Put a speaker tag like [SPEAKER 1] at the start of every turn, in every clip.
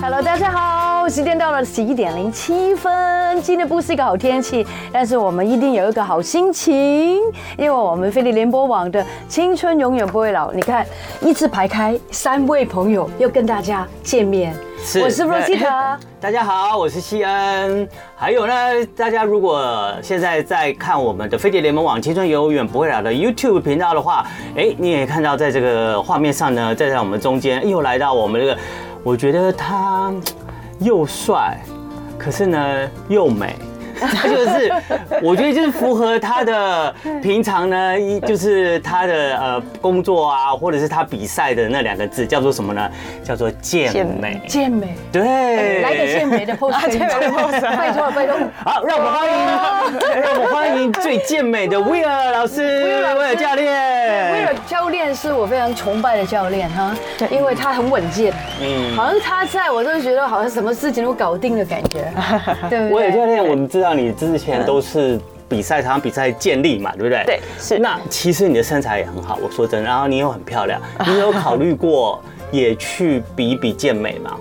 [SPEAKER 1] Hello，大家好，时间到了十一点零七分。今天不是一个好天气，但是我们一定有一个好心情，因为我们飞利联播网的青春永远不会老。你看，一字排开，三位朋友又跟大家见 面。我是 Rosita。
[SPEAKER 2] 大家好，我是西恩。还有呢，大家如果现在在看我们的飞碟联盟网《青春永远不会老》的 YouTube 频道的话，哎，你也看到在这个画面上呢，站在我们中间又来到我们这个，我觉得他嘖又帅，可是呢又美。 他就是，我觉得就是符合他的平常呢，一就是他的呃工作啊，或者是他比赛的那两个字叫做什么呢？叫做健
[SPEAKER 3] 健
[SPEAKER 2] 美。
[SPEAKER 1] 健美，
[SPEAKER 2] 对，
[SPEAKER 1] 哎来个健美的 pose，健美的 pose，拜托拜托。
[SPEAKER 2] 好，让我们欢迎，让我们欢迎最健美的威尔老师，
[SPEAKER 1] 哦威尔老师
[SPEAKER 2] 威尔教
[SPEAKER 1] 威尔
[SPEAKER 2] 练。
[SPEAKER 1] 教练是我非常崇拜的教练哈，因为他很稳健，
[SPEAKER 2] 嗯
[SPEAKER 1] 好像他在我都觉得好像什么事情都搞定的感觉，对不
[SPEAKER 2] 威尔教
[SPEAKER 1] 对？
[SPEAKER 2] 练， 我们知道你之前都是比赛场比赛健力嘛，对不对？
[SPEAKER 3] 对是
[SPEAKER 2] 那其实你的身材也很好，我说真的，然后你又很漂亮，你有考虑过也去比一比健美吗？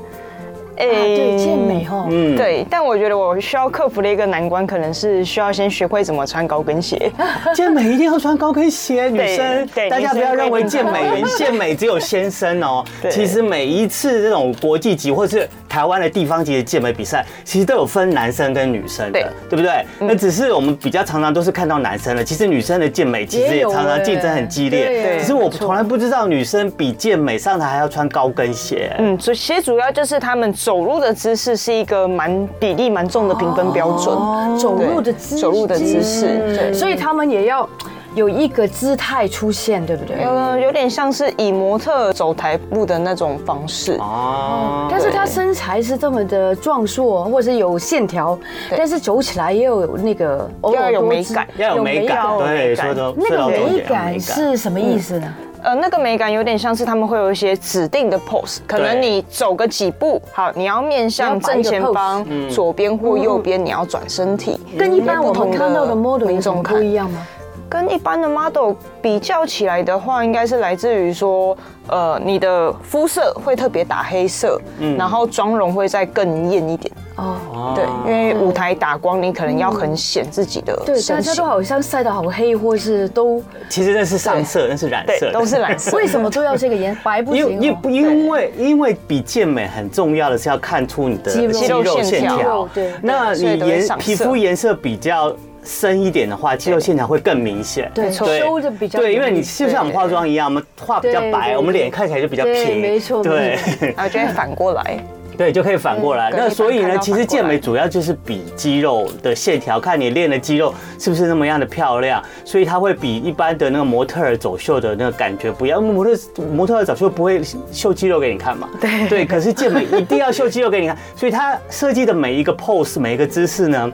[SPEAKER 3] 哎、
[SPEAKER 1] 啊对，健美哦，
[SPEAKER 2] 嗯，。
[SPEAKER 3] 对，但我觉得我需要克服的一个难关，可能是需要先学会怎么穿高跟鞋。
[SPEAKER 1] 嗯
[SPEAKER 2] 健美一定要穿高跟鞋，女生。
[SPEAKER 3] 对
[SPEAKER 2] 大家不要认为健美
[SPEAKER 3] 女
[SPEAKER 2] 健美只有先生哦。
[SPEAKER 3] 对
[SPEAKER 2] 其实每一次这种国际级或是台湾的地方级的健美比赛，其实都有分男生跟女生的，
[SPEAKER 3] 对嗯
[SPEAKER 2] 对不对？那只是我们比较常常都是看到男生的，其实女生的健美其实
[SPEAKER 1] 也
[SPEAKER 2] 也
[SPEAKER 1] 有
[SPEAKER 2] 常常竞争很激
[SPEAKER 1] 对
[SPEAKER 2] 烈。
[SPEAKER 1] 对
[SPEAKER 2] 只是我从来不知道女生比健美上台还要穿高跟鞋。
[SPEAKER 3] 嗯，主其实主要就是他们走路的姿势是一个蛮比例蛮重的评分标准。
[SPEAKER 1] 哦走
[SPEAKER 3] 对
[SPEAKER 1] 路的姿嗯
[SPEAKER 3] 走路的姿势，对，
[SPEAKER 1] 所以他们也要有一个姿态出现，对不对？
[SPEAKER 3] 呃，有点像是以模特走台步的那种方式。
[SPEAKER 2] 哦，
[SPEAKER 1] 但是他身材是这么的壮硕，或者是有线条，但是走起来也有那个偶尔
[SPEAKER 3] 要有
[SPEAKER 1] 多
[SPEAKER 3] 美
[SPEAKER 1] 姿
[SPEAKER 3] 感
[SPEAKER 2] 要有美感，
[SPEAKER 3] 有
[SPEAKER 2] 对，
[SPEAKER 3] 美
[SPEAKER 2] 说
[SPEAKER 3] 感
[SPEAKER 2] 的
[SPEAKER 1] 那
[SPEAKER 2] 说到
[SPEAKER 1] 个
[SPEAKER 2] 重点
[SPEAKER 1] 美
[SPEAKER 2] 要
[SPEAKER 1] 感是什么意思呢？
[SPEAKER 3] 呃，那个美感有点像是他们会有一些指定的 pose，可
[SPEAKER 2] 对
[SPEAKER 3] 能你走个几步，好，你要面
[SPEAKER 1] 你要
[SPEAKER 3] 向
[SPEAKER 1] 摆一
[SPEAKER 3] 正
[SPEAKER 1] 个
[SPEAKER 3] 前
[SPEAKER 1] pose 嗯
[SPEAKER 3] 方、左边或右边，你要转身体，
[SPEAKER 1] 跟一般
[SPEAKER 3] 给
[SPEAKER 1] 我
[SPEAKER 3] 不同
[SPEAKER 1] 们看到的 model 有
[SPEAKER 3] 民
[SPEAKER 1] 什
[SPEAKER 3] 众
[SPEAKER 1] 么不
[SPEAKER 3] 看
[SPEAKER 1] 一样吗？
[SPEAKER 3] 跟一般的 model 比较起来的话，应该是来自于说，呃，你的肤色会特别打黑色，然后妆容会再更艳一点。
[SPEAKER 1] 哦，
[SPEAKER 2] 哦
[SPEAKER 3] 对，因为舞台打光，你可能要很显自己的
[SPEAKER 1] 对，大
[SPEAKER 3] 身
[SPEAKER 1] 家
[SPEAKER 3] 形
[SPEAKER 1] 都。好像晒得好黑，或是都
[SPEAKER 2] 其实那是上色，那是染色
[SPEAKER 3] 对，
[SPEAKER 2] 的，
[SPEAKER 3] 都是蓝色。
[SPEAKER 1] 为什么都要这个颜？白不
[SPEAKER 2] 因
[SPEAKER 1] 行、
[SPEAKER 2] 为因
[SPEAKER 1] 哦。
[SPEAKER 2] 为因为因为比健美很重要的是要看出你的
[SPEAKER 1] 肌肉
[SPEAKER 3] 线条
[SPEAKER 1] 对
[SPEAKER 2] 那
[SPEAKER 3] 所
[SPEAKER 2] 你
[SPEAKER 3] 以都会
[SPEAKER 2] 颜
[SPEAKER 3] 上色
[SPEAKER 2] 皮肤颜色比较深一点的话，肌肉线条会更明显。
[SPEAKER 1] 对，
[SPEAKER 3] 错
[SPEAKER 1] 修的比较
[SPEAKER 2] 对，因为你就像我们化妆一样，我们化比较
[SPEAKER 1] 对对
[SPEAKER 2] 白，
[SPEAKER 1] 对
[SPEAKER 2] 我们脸看起来就比较
[SPEAKER 1] 对
[SPEAKER 2] 平，
[SPEAKER 1] 没错
[SPEAKER 2] 对
[SPEAKER 3] 然后就会反过 来，
[SPEAKER 2] 对，就可以反过来。
[SPEAKER 3] 嗯
[SPEAKER 2] 那所以
[SPEAKER 3] 可以
[SPEAKER 2] 呢，
[SPEAKER 3] 反
[SPEAKER 2] 其实健美主要就是比肌肉的线条，看你练的肌肉是不是那么样的漂亮，所以它会比一般的那个模特儿走秀的那个感觉不一样。因为模特模特儿走秀不会秀肌肉给你看嘛？对对，可是健美一定要秀肌肉给你看，所以它设计的每一个 pose 每一个姿势呢。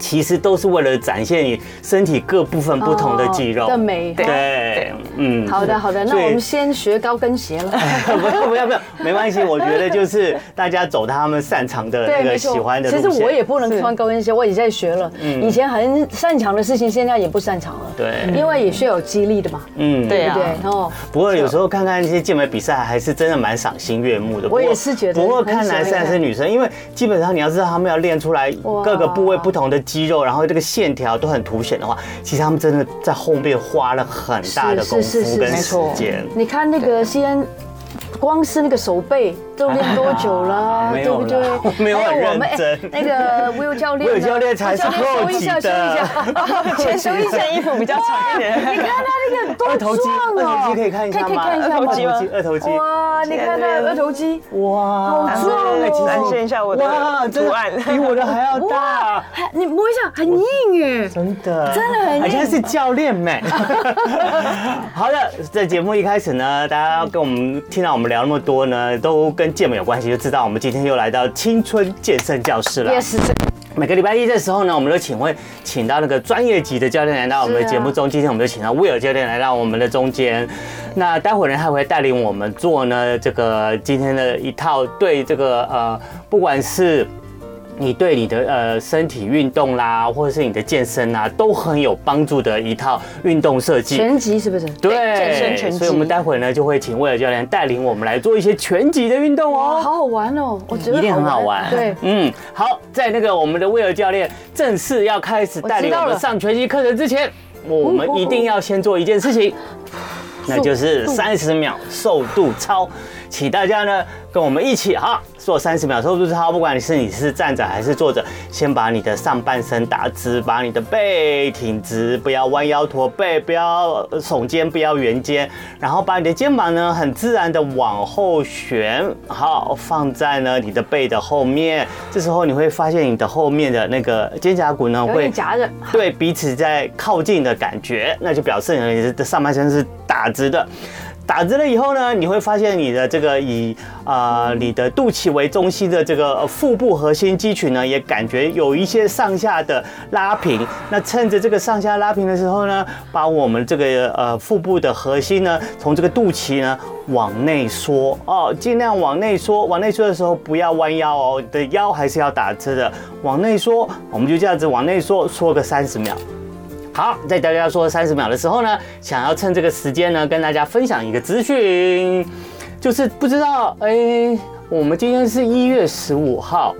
[SPEAKER 2] 其实都是为了展现你身体各部分不同的肌肉
[SPEAKER 1] 哦的美
[SPEAKER 2] 对，
[SPEAKER 3] 对
[SPEAKER 2] 嗯，
[SPEAKER 1] 好的好的，那
[SPEAKER 2] 所以
[SPEAKER 1] 我们先学高跟鞋了。
[SPEAKER 2] 不要不要不要，没关系，我觉得就是大家走他们擅长的那个喜欢的
[SPEAKER 1] 其
[SPEAKER 2] 路
[SPEAKER 1] 实
[SPEAKER 2] 线。嗯
[SPEAKER 1] 我也不能穿高跟鞋，我也在学了。以前很擅长的事情，现在也不擅长了。
[SPEAKER 2] 对
[SPEAKER 1] 因为也需要有激励的嘛，
[SPEAKER 2] 嗯，
[SPEAKER 1] 嗯
[SPEAKER 3] 对
[SPEAKER 1] 对
[SPEAKER 3] 啊
[SPEAKER 1] 不对？然后
[SPEAKER 2] 不过有时候看看一些健美比赛，还是真的蛮赏心悦目的。
[SPEAKER 1] 我也
[SPEAKER 2] 不过
[SPEAKER 1] 是觉得
[SPEAKER 2] 不过看男生还是女生，因为基本上你要知道他们要练出来各个部位不同的肌肉，然后这个线条都很凸显的话，其实他们真的在后面花了很大的
[SPEAKER 1] 是
[SPEAKER 2] 功
[SPEAKER 1] 是是
[SPEAKER 2] 夫
[SPEAKER 1] 是
[SPEAKER 2] 跟
[SPEAKER 1] 没
[SPEAKER 2] 时
[SPEAKER 3] 错
[SPEAKER 2] 间。
[SPEAKER 1] 你看那个西安。光是那个手背都练多久了，
[SPEAKER 2] 没
[SPEAKER 1] 对
[SPEAKER 2] 有
[SPEAKER 1] 不
[SPEAKER 2] 啦
[SPEAKER 1] 对？
[SPEAKER 2] 我没有很
[SPEAKER 1] 还我们
[SPEAKER 2] 认真
[SPEAKER 1] 哎那个 Will 教练呢，
[SPEAKER 2] Will 教练才是
[SPEAKER 1] 教练
[SPEAKER 2] 后
[SPEAKER 1] 收一
[SPEAKER 2] 期
[SPEAKER 1] 下，收一
[SPEAKER 2] 的
[SPEAKER 1] 下。
[SPEAKER 3] 前胸一件衣服比较长一
[SPEAKER 1] 你
[SPEAKER 3] 点。
[SPEAKER 1] 看他那个多
[SPEAKER 2] 二头肌，
[SPEAKER 1] 壮
[SPEAKER 2] 二头
[SPEAKER 1] 哦！
[SPEAKER 2] 肌可以看一下
[SPEAKER 1] 可以
[SPEAKER 2] 吗？
[SPEAKER 1] 看一下吗？
[SPEAKER 2] 二头肌，二头肌，
[SPEAKER 1] 哇，你看他二头肌，
[SPEAKER 2] 哇，
[SPEAKER 1] 好壮
[SPEAKER 2] 哎其实
[SPEAKER 1] 哦！
[SPEAKER 3] 展现一下我的
[SPEAKER 2] 哇，真
[SPEAKER 3] 图
[SPEAKER 2] 的
[SPEAKER 3] 案
[SPEAKER 2] 比我的还要
[SPEAKER 1] 哇
[SPEAKER 2] 大，，
[SPEAKER 1] 还哎你摸一下，很硬耶。
[SPEAKER 2] 真的，
[SPEAKER 1] 真的很硬
[SPEAKER 2] 而且是教练美。 好的，在节目一开始呢，大家跟我们听到我们聊那么多呢，都跟健美有关系，就知道我们今天又来到青春健身教室了。
[SPEAKER 1] Yes，
[SPEAKER 2] 每个礼拜一的时候呢，我们都请会请到那个专业级的教练来啊到我们的节目中。今天我们就请到威尔教练来到我们的中间。那待会儿呢，他会带领我们做呢这个今天的一套对这个呃，不管是你对你的呃身体运动啦，或者是你的健身啊，都很有帮助的一套运动设计。
[SPEAKER 1] 全集是不是？
[SPEAKER 2] 对，
[SPEAKER 3] 健身拳击
[SPEAKER 2] 所以我们待会呢就会请魏尔教练带领我们来做一些拳击的运动
[SPEAKER 1] 哇，
[SPEAKER 2] 哦。嗯
[SPEAKER 1] 好好玩哦！我觉得
[SPEAKER 2] 一定很好玩，
[SPEAKER 1] 对，
[SPEAKER 2] 嗯，好，在那个我们的威尔教练正式要开始带领
[SPEAKER 1] 我知道
[SPEAKER 2] 我
[SPEAKER 1] 了
[SPEAKER 2] 们上拳击课程之前，我们一定要先做一件事情，那就是三十秒瘦肚操，请大家呢跟我们一起哈做三十秒瘦肚操，不管你是你是站着还是坐着，先把你的上半身打直，把你的背挺直，不要弯腰驼背，不要呃耸肩，不要圆肩，然后把你的肩膀呢很自然的往后旋，好放在呢你的背的后面，这时候你会发现你的后面的那个肩胛骨呢
[SPEAKER 1] 有
[SPEAKER 2] 会
[SPEAKER 1] 点夹着。
[SPEAKER 2] 对彼此在靠近的感觉，那就表示你的上半身是打直的。打直了以后呢，你会发现你的这个以呃你的肚脐为中心的这个呃腹部核心肌群呢，也感觉有一些上下的拉平。那趁着这个上下拉平的时候呢，把我们这个呃腹部的核心呢，从这个肚脐呢往内缩哦，尽量往内缩。往内缩的时候不要弯腰哦，你的腰还是要打直的。往内缩，我们就这样子往内缩，缩个三十秒。好，在大家说三十秒的时候呢，想要趁这个时间呢，跟大家分享一个资讯，就是不知道，哎、我们今天是一月十五号，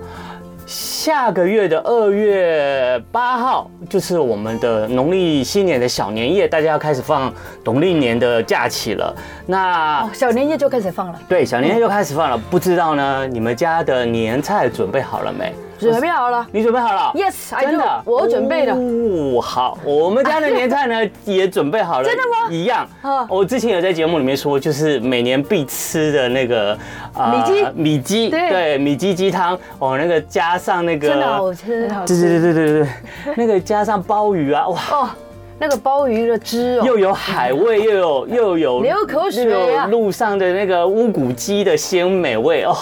[SPEAKER 2] 下个月的二月八号就是我们的农历新年的小年夜，大家要开始放农历年的假期了。那、
[SPEAKER 1] 哦，小年夜就开始放了，
[SPEAKER 2] 对小年夜就开始放了，不知道呢，你们家的年菜准备好了没？
[SPEAKER 1] 准备好了。
[SPEAKER 2] 你准备好了
[SPEAKER 1] Yes，I do，
[SPEAKER 2] 真的，
[SPEAKER 1] 哎我准备了哎
[SPEAKER 2] 哦，好，我们家的年菜呢也准备好了，
[SPEAKER 1] 真的吗
[SPEAKER 2] 一样
[SPEAKER 1] 啊。
[SPEAKER 2] 我之前有在节目里面说，就是每年必吃的那个啊
[SPEAKER 1] 米鸡
[SPEAKER 2] 米鸡，
[SPEAKER 1] 对
[SPEAKER 2] 对，米鸡鸡汤哦，那个加上那个，
[SPEAKER 1] 真的好吃，好
[SPEAKER 2] 对
[SPEAKER 1] 吃
[SPEAKER 2] 对对对对对， 那个加上鲍鱼啊，哇，
[SPEAKER 1] 哦，那个鲍鱼的汁哦，
[SPEAKER 2] 又有海味，又有又有
[SPEAKER 1] 流口水啊
[SPEAKER 2] 又有路上的那个乌骨鸡的鲜美味哦，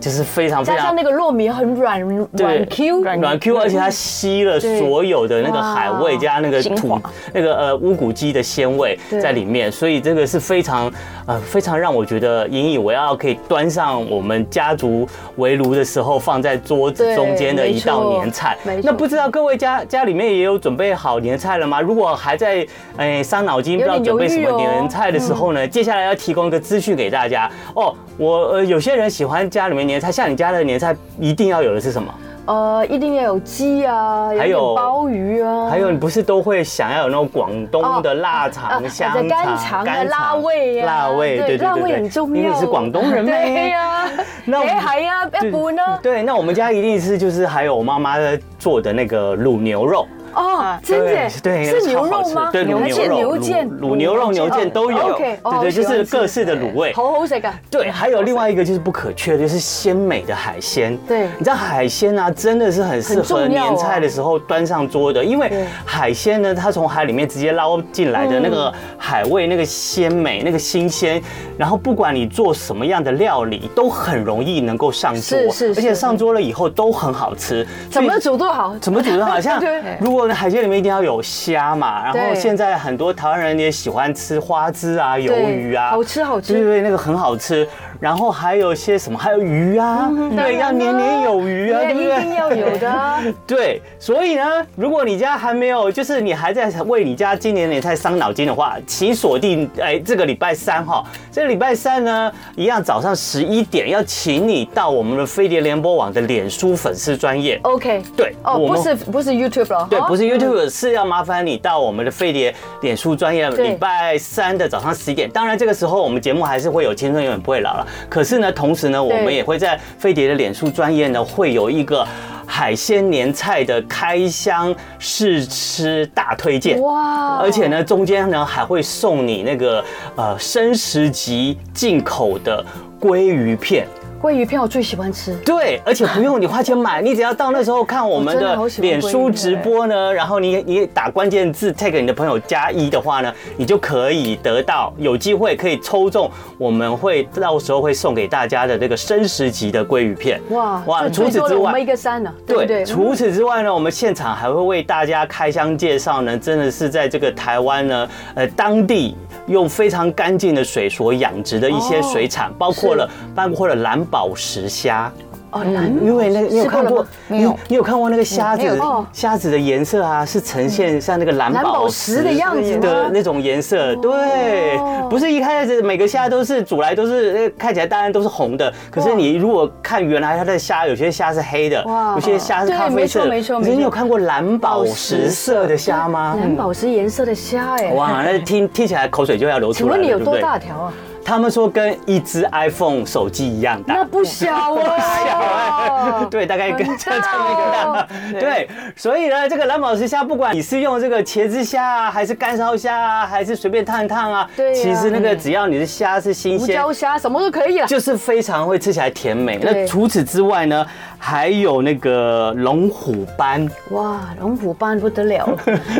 [SPEAKER 2] 就是非常非
[SPEAKER 1] 加上
[SPEAKER 2] 常
[SPEAKER 1] 那个糯米很软软 Q，啊嗯
[SPEAKER 2] 软 Q，而且它吸了
[SPEAKER 1] 对
[SPEAKER 2] 所有的那个海味
[SPEAKER 1] 哇
[SPEAKER 2] 加那个
[SPEAKER 3] 精
[SPEAKER 2] 土
[SPEAKER 3] 华
[SPEAKER 2] 那个呃乌骨鸡的鲜味
[SPEAKER 1] 对
[SPEAKER 2] 在里面，所以这个是非常呃非常让我觉得引以为傲，可以端上我们家族围炉的时候放在桌子
[SPEAKER 1] 对
[SPEAKER 2] 中间的一道
[SPEAKER 1] 没错
[SPEAKER 2] 年菜
[SPEAKER 1] 没。
[SPEAKER 2] 那
[SPEAKER 1] 错
[SPEAKER 2] 不知道各位家家里面也有准备好年菜了吗？如果还在哎伤脑筋不知道
[SPEAKER 1] 哦
[SPEAKER 2] 准备什么年菜的时
[SPEAKER 1] 嗯
[SPEAKER 2] 候呢，接下来要提供一个资讯给大家哦。我呃有些人喜欢家里面年菜，像你家的年菜一定要有的是什么？
[SPEAKER 1] 呃，一定要有鸡啊，有
[SPEAKER 2] 还有
[SPEAKER 1] 点鲍鱼啊，
[SPEAKER 2] 还有，你不是都会想要有那种广东的腊
[SPEAKER 1] 啊
[SPEAKER 2] 肠、
[SPEAKER 1] 啊
[SPEAKER 2] 香
[SPEAKER 1] 啊干肠啊辣味啊
[SPEAKER 2] 辣味，
[SPEAKER 1] 对
[SPEAKER 2] 对对对，
[SPEAKER 1] 辣味
[SPEAKER 2] 对
[SPEAKER 1] 很重要
[SPEAKER 2] 因为你是广东人呗。
[SPEAKER 1] 对呀，
[SPEAKER 2] 那我
[SPEAKER 1] 哎
[SPEAKER 2] 们
[SPEAKER 1] 还呀，一半呢，
[SPEAKER 2] 对，那我们家一定是就是还有我妈妈做的那个卤牛肉，
[SPEAKER 1] 哦，真的，
[SPEAKER 2] 对，
[SPEAKER 1] 是牛
[SPEAKER 2] 超好
[SPEAKER 1] 肉
[SPEAKER 2] 吃
[SPEAKER 1] 吗？
[SPEAKER 2] 对，卤
[SPEAKER 1] 还是
[SPEAKER 2] 牛肉、
[SPEAKER 1] 牛腱、
[SPEAKER 2] 卤卤牛肉、牛腱都有，
[SPEAKER 1] 哦
[SPEAKER 2] 对
[SPEAKER 1] ，OK，哦
[SPEAKER 2] 对，就
[SPEAKER 1] 喜
[SPEAKER 2] 是
[SPEAKER 1] 欢吃
[SPEAKER 2] 各式的卤味。
[SPEAKER 1] 好好食噶，
[SPEAKER 2] 对，还有另外一个就是不可缺的，就是鲜美的海鲜。
[SPEAKER 1] 对
[SPEAKER 2] 你知道海鲜啊，真的是很适
[SPEAKER 1] 很重
[SPEAKER 2] 合
[SPEAKER 1] 要哦
[SPEAKER 2] 年菜的时候端上桌的，因为
[SPEAKER 1] 对嗯
[SPEAKER 2] 海鲜呢，它从海里面直接捞进来的那个海味、那个鲜美、那个新鲜，然后不管你做什么样的料理，都很容易能够上桌，
[SPEAKER 1] 是是是
[SPEAKER 2] 而且上桌了以后都很好吃。
[SPEAKER 1] 怎么
[SPEAKER 2] 所以
[SPEAKER 1] 煮都好，
[SPEAKER 2] 怎么煮 的？好像
[SPEAKER 1] 对
[SPEAKER 2] 如果海鲜里面一定要有虾嘛，然后
[SPEAKER 1] 对
[SPEAKER 2] 现在很多台湾人也喜欢吃花枝啊、鱿
[SPEAKER 1] 对
[SPEAKER 2] 鱼啊，
[SPEAKER 1] 好吃好吃
[SPEAKER 2] 对对对，那个很好吃。然后还有一些什么，还有鱼啊，
[SPEAKER 1] 嗯
[SPEAKER 2] 对，要年年有余啊，对不
[SPEAKER 1] 哎一定要
[SPEAKER 2] 对？
[SPEAKER 1] 有的啊，
[SPEAKER 2] 对，所以呢，如果你家还没有，就是你还在为你家今年年菜伤脑筋的话，请锁定哎这个礼拜三哈，这个礼拜三呢，一样早上十一点要请你到我们的飞碟联播网的脸书粉丝专业。
[SPEAKER 1] OK，
[SPEAKER 2] 对
[SPEAKER 1] 哦，
[SPEAKER 2] 我
[SPEAKER 1] 不
[SPEAKER 2] 们
[SPEAKER 1] 是不是 YouTube 了，
[SPEAKER 2] 对，
[SPEAKER 1] 哦
[SPEAKER 2] 不是 YouTube，是要麻烦你到我们的飞碟脸书专业，
[SPEAKER 1] 对
[SPEAKER 2] 礼拜三的早上十点。当然，这个时候我们节目还是会有《青春永远不会老》了。可是呢，同时呢，我们也会在飞碟的脸书专业呢，会有一个海鲜年菜的开箱试吃大推荐。
[SPEAKER 1] 哇
[SPEAKER 2] 而且呢，中间呢还会送你那个呃生食级进口的鲑鱼片。
[SPEAKER 1] 鲑鱼片我最喜欢吃，
[SPEAKER 2] 对，而且不用你花钱买，你只要到那时候看我
[SPEAKER 1] 哦我
[SPEAKER 2] 们
[SPEAKER 1] 真
[SPEAKER 2] 的
[SPEAKER 1] 的好喜欢
[SPEAKER 2] 脸书直播呢，然后你你打关键字 tag 你的朋友加一的话呢，你就可以得到有机会可以抽中，我们会到时候会送给大家的这个生食级的鲑鱼片。
[SPEAKER 1] 哇
[SPEAKER 2] 哇，
[SPEAKER 1] 这
[SPEAKER 2] 除此
[SPEAKER 1] 最多
[SPEAKER 2] 之
[SPEAKER 1] 了我们
[SPEAKER 2] 外
[SPEAKER 1] 一。个山啊呢，对不对？
[SPEAKER 2] 对，
[SPEAKER 1] 嗯
[SPEAKER 2] 除此之外呢，我们现场还会为大家开箱介绍呢，真的是在这个台湾呢，呃，当地用非常干净的水所养殖的一些
[SPEAKER 1] 哦
[SPEAKER 2] 水产，包括了包括了蓝宝石虾，
[SPEAKER 1] 哦，难
[SPEAKER 2] 因为那个你有
[SPEAKER 3] 试过
[SPEAKER 2] 看
[SPEAKER 3] 了
[SPEAKER 2] 过
[SPEAKER 3] 吗没有
[SPEAKER 2] 你你有看过那个虾子
[SPEAKER 3] 没有
[SPEAKER 1] 哦嗯
[SPEAKER 2] 的虾子的颜色啊，是呈现像那个蓝
[SPEAKER 1] 蓝宝
[SPEAKER 2] 宝
[SPEAKER 1] 石
[SPEAKER 2] 石
[SPEAKER 1] 的样子吗哦
[SPEAKER 2] 的那种颜色。对，不是一开始每个虾都是煮来都是呃看起来当然都是红的，可是你如果看原来它的虾，有些虾是黑的
[SPEAKER 1] 哦哇，
[SPEAKER 2] 有些虾是
[SPEAKER 1] 对
[SPEAKER 2] 咖啡
[SPEAKER 1] 没错
[SPEAKER 2] 色的。
[SPEAKER 1] 没错
[SPEAKER 2] 可
[SPEAKER 1] 没
[SPEAKER 2] 是
[SPEAKER 1] 错
[SPEAKER 2] 你有看过蓝宝石色的虾吗？
[SPEAKER 1] 蓝宝石颜色的虾哎，
[SPEAKER 2] 嗯哇，那听听起来口水就要流
[SPEAKER 1] 请
[SPEAKER 2] 出来
[SPEAKER 1] 问
[SPEAKER 2] 了，
[SPEAKER 1] 你
[SPEAKER 2] 对
[SPEAKER 1] 有
[SPEAKER 2] 不
[SPEAKER 1] 多
[SPEAKER 2] 对？
[SPEAKER 1] 大条啊？
[SPEAKER 2] 他们说跟一只 iPhone 手机一样大。
[SPEAKER 1] 那不小
[SPEAKER 2] 小
[SPEAKER 1] 啊，
[SPEAKER 2] 对，大概跟
[SPEAKER 1] 很
[SPEAKER 2] 这
[SPEAKER 1] 大
[SPEAKER 2] 样差不多
[SPEAKER 1] 哦
[SPEAKER 2] 大。 对，所以呢，这个蓝宝石虾，不管你是用这个茄子虾啊，还是干烧虾啊，还是随便烫一烫啊，
[SPEAKER 1] 对呀
[SPEAKER 2] 其实那个只要你的虾是新
[SPEAKER 1] 胡
[SPEAKER 2] 鲜。
[SPEAKER 1] 椒虾什么都可以了。
[SPEAKER 2] 就是非常会吃起来甜美。
[SPEAKER 1] 对
[SPEAKER 2] 那除此之外呢，还有那个龙虎斑，
[SPEAKER 1] 哇，龙虎斑不得 了，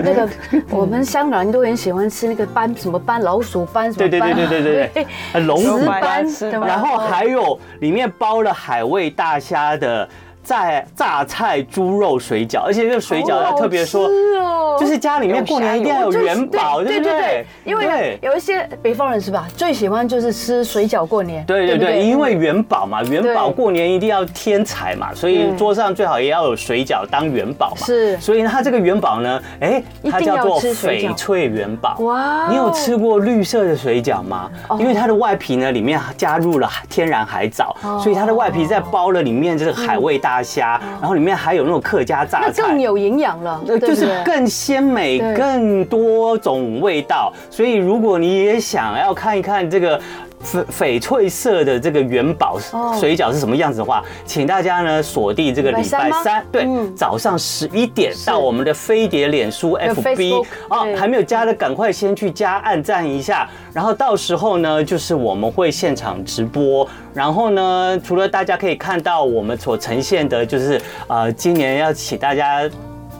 [SPEAKER 1] 那个我们香港人都很喜欢吃那个斑，什么斑，老鼠斑什么
[SPEAKER 2] 对对
[SPEAKER 1] 斑，
[SPEAKER 2] 对对对对对，呃龙
[SPEAKER 1] 石
[SPEAKER 2] 虎
[SPEAKER 3] 石
[SPEAKER 1] 斑
[SPEAKER 3] 斑
[SPEAKER 1] 对吧？
[SPEAKER 2] 然后还有里面包了海味大虾的榨榨菜猪肉水饺，而且这个水饺要特别说，
[SPEAKER 1] 哦
[SPEAKER 2] 就是家里面过年一定要有元宝，
[SPEAKER 1] 对
[SPEAKER 2] 对不对？
[SPEAKER 1] 因为
[SPEAKER 2] 对
[SPEAKER 1] 有一些北方人是吧，最喜欢就是吃水饺过年，
[SPEAKER 2] 对对
[SPEAKER 1] 不嗯
[SPEAKER 2] 对，因为元宝嘛，元宝过年一定要添财嘛，所以
[SPEAKER 1] 对
[SPEAKER 2] 桌上最好也要有水饺当元宝嘛。
[SPEAKER 1] 嗯是
[SPEAKER 2] 所以它这个元宝呢，哎，它
[SPEAKER 1] 一定要
[SPEAKER 2] 叫做
[SPEAKER 1] 吃水饺
[SPEAKER 2] 翡翠元宝。
[SPEAKER 1] 哇哦哦
[SPEAKER 2] 你有吃过绿色的水饺吗？因为它的外皮呢，里面加入了天然海藻，
[SPEAKER 1] 哦
[SPEAKER 2] 所以它的外皮再包了里面这个海味大虾，然后里面还有那种客家榨
[SPEAKER 1] 嗯那
[SPEAKER 2] 菜，
[SPEAKER 1] 更有营养了，
[SPEAKER 2] 呃，
[SPEAKER 1] 对
[SPEAKER 2] 就
[SPEAKER 1] 不
[SPEAKER 2] 是
[SPEAKER 1] 对
[SPEAKER 2] 更鲜美
[SPEAKER 1] 对、
[SPEAKER 2] 更多种味道。所以，如果你也想要看一看这个翡翡翠色的这个元宝
[SPEAKER 1] 哦
[SPEAKER 2] 水饺是什么样子的话，请大家呢锁定这个礼
[SPEAKER 1] 礼拜三
[SPEAKER 2] 拜
[SPEAKER 1] 吗
[SPEAKER 2] 三，对
[SPEAKER 1] 嗯，
[SPEAKER 2] 早上十一点到我们的飞碟脸书 FB
[SPEAKER 1] Facebook，
[SPEAKER 2] 啊
[SPEAKER 1] 对，
[SPEAKER 2] 还没有加的赶快先去加按赞一下。然后到时候呢，就是我们会现场直播。然后呢，除了大家可以看到我们所呈现的，就是呃，今年要请大家。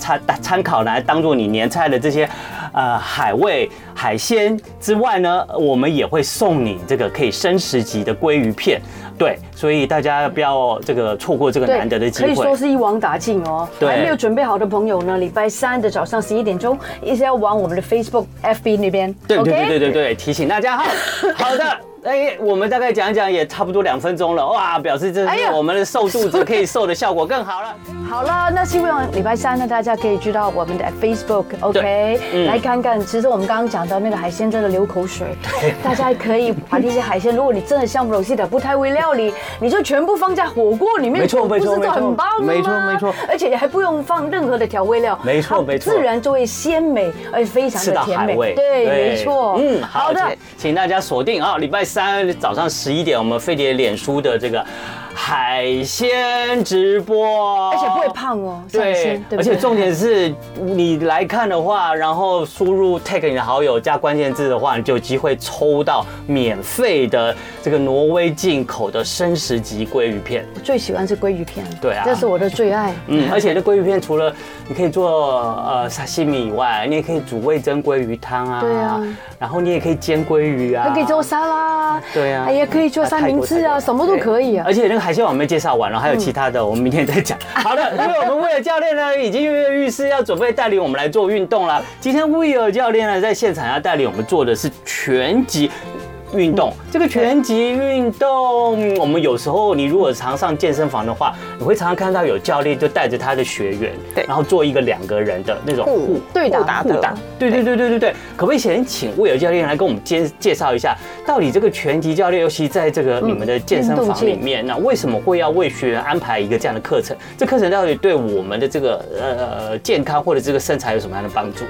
[SPEAKER 2] 参参考来当做你年菜的这些，呃，海味海鲜之外呢，我们也会送你这个可以生食级的鲑鱼片，对，所以大家不要这个错过这个
[SPEAKER 1] 对
[SPEAKER 2] 难得的机
[SPEAKER 1] 可以
[SPEAKER 2] 会
[SPEAKER 1] 说。是一网打尽哦。
[SPEAKER 2] 对
[SPEAKER 1] 还没有准备好的朋友呢，礼拜三的早上十一点钟，一直要往我们的 Facebook、FB 那边。
[SPEAKER 2] 对对
[SPEAKER 1] OK？
[SPEAKER 2] 对对对对，提醒大家 哈。好的，哎，我们大概讲一讲也差不多两分钟了，哇，表示这
[SPEAKER 1] 哎
[SPEAKER 2] 是
[SPEAKER 1] 呀
[SPEAKER 2] 我们的瘦肚子可以瘦的效果 更好了。
[SPEAKER 1] 好了，那希望礼拜三呢，大家可以去到我们的 Facebook，OK，、
[SPEAKER 2] 对嗯
[SPEAKER 1] 来看看。其实我们刚刚讲到那个海鲜真的流口水，大家可以把那些海鲜，如果你真的像我西的不太会料理，你就全部放在火锅里面，
[SPEAKER 2] 没错没
[SPEAKER 1] 不
[SPEAKER 2] 错
[SPEAKER 1] 是
[SPEAKER 2] 没
[SPEAKER 1] 就
[SPEAKER 2] 错
[SPEAKER 1] 很棒吗？
[SPEAKER 2] 没错没错
[SPEAKER 1] 而且还不用放任何的调味料，
[SPEAKER 2] 没错
[SPEAKER 1] 它
[SPEAKER 2] 没错
[SPEAKER 1] 自然就会鲜美，而且非常
[SPEAKER 2] 吃
[SPEAKER 1] 的
[SPEAKER 2] 到
[SPEAKER 1] 甜
[SPEAKER 2] 海
[SPEAKER 1] 美。
[SPEAKER 2] 味，
[SPEAKER 1] 对，没错。
[SPEAKER 2] 嗯，
[SPEAKER 1] 好
[SPEAKER 2] 好
[SPEAKER 1] 的
[SPEAKER 2] 的。，请大家锁定啊，礼拜三早上十一点，我们飞碟脸书的这个海鲜直播，
[SPEAKER 1] 而且不会。胖哦，上
[SPEAKER 2] 对
[SPEAKER 1] 鲜，对不
[SPEAKER 2] 而
[SPEAKER 1] 对？
[SPEAKER 2] 且重点是，你来看的话，然后输入 tag 你的好友加关键字的话，你就有机会抽到免费的这个挪威进口的生食级鲑鱼片。
[SPEAKER 1] 我最喜欢是鲑鱼片，
[SPEAKER 2] 对啊
[SPEAKER 1] 这是我的最爱。
[SPEAKER 2] 嗯，而且这鲑鱼片除了你可以做呃沙西米以外，你也可以煮味增鲑鱼汤啊，
[SPEAKER 1] 对啊，
[SPEAKER 2] 然后你也可以煎鲑鱼啊，
[SPEAKER 1] 还可以做沙拉，
[SPEAKER 2] 对啊
[SPEAKER 1] 哎也可以做三明治啊，
[SPEAKER 2] 啊泰国
[SPEAKER 1] 什么都可以啊
[SPEAKER 2] 而。且那个海鲜网没介绍完，然后还有其他的，我们明天再讲。好的，因为我们威尔教练呢已经跃跃欲试，要准备带领我们来做运动了。今天威尔教练呢在现场要带领我们做的是拳击。运动，这个拳击运动，我们有时候你如果常上健身房的话，你会常常看到有教练就带着他的学员，
[SPEAKER 3] 对
[SPEAKER 2] 然后做一个两个人的那种互
[SPEAKER 1] 对打
[SPEAKER 3] 打
[SPEAKER 2] 互
[SPEAKER 3] 的
[SPEAKER 2] 打，对对对对对对，可不可以先请魏友教练来跟我们介介绍一下，到底这个拳击教练，尤其在这个你们的健身
[SPEAKER 1] 运动
[SPEAKER 2] 房
[SPEAKER 1] 界
[SPEAKER 2] 里面，那为什么会要为学员安排一个这样的课程？这课程到底对我们的这个呃健康或者这个身材有什么样的帮助？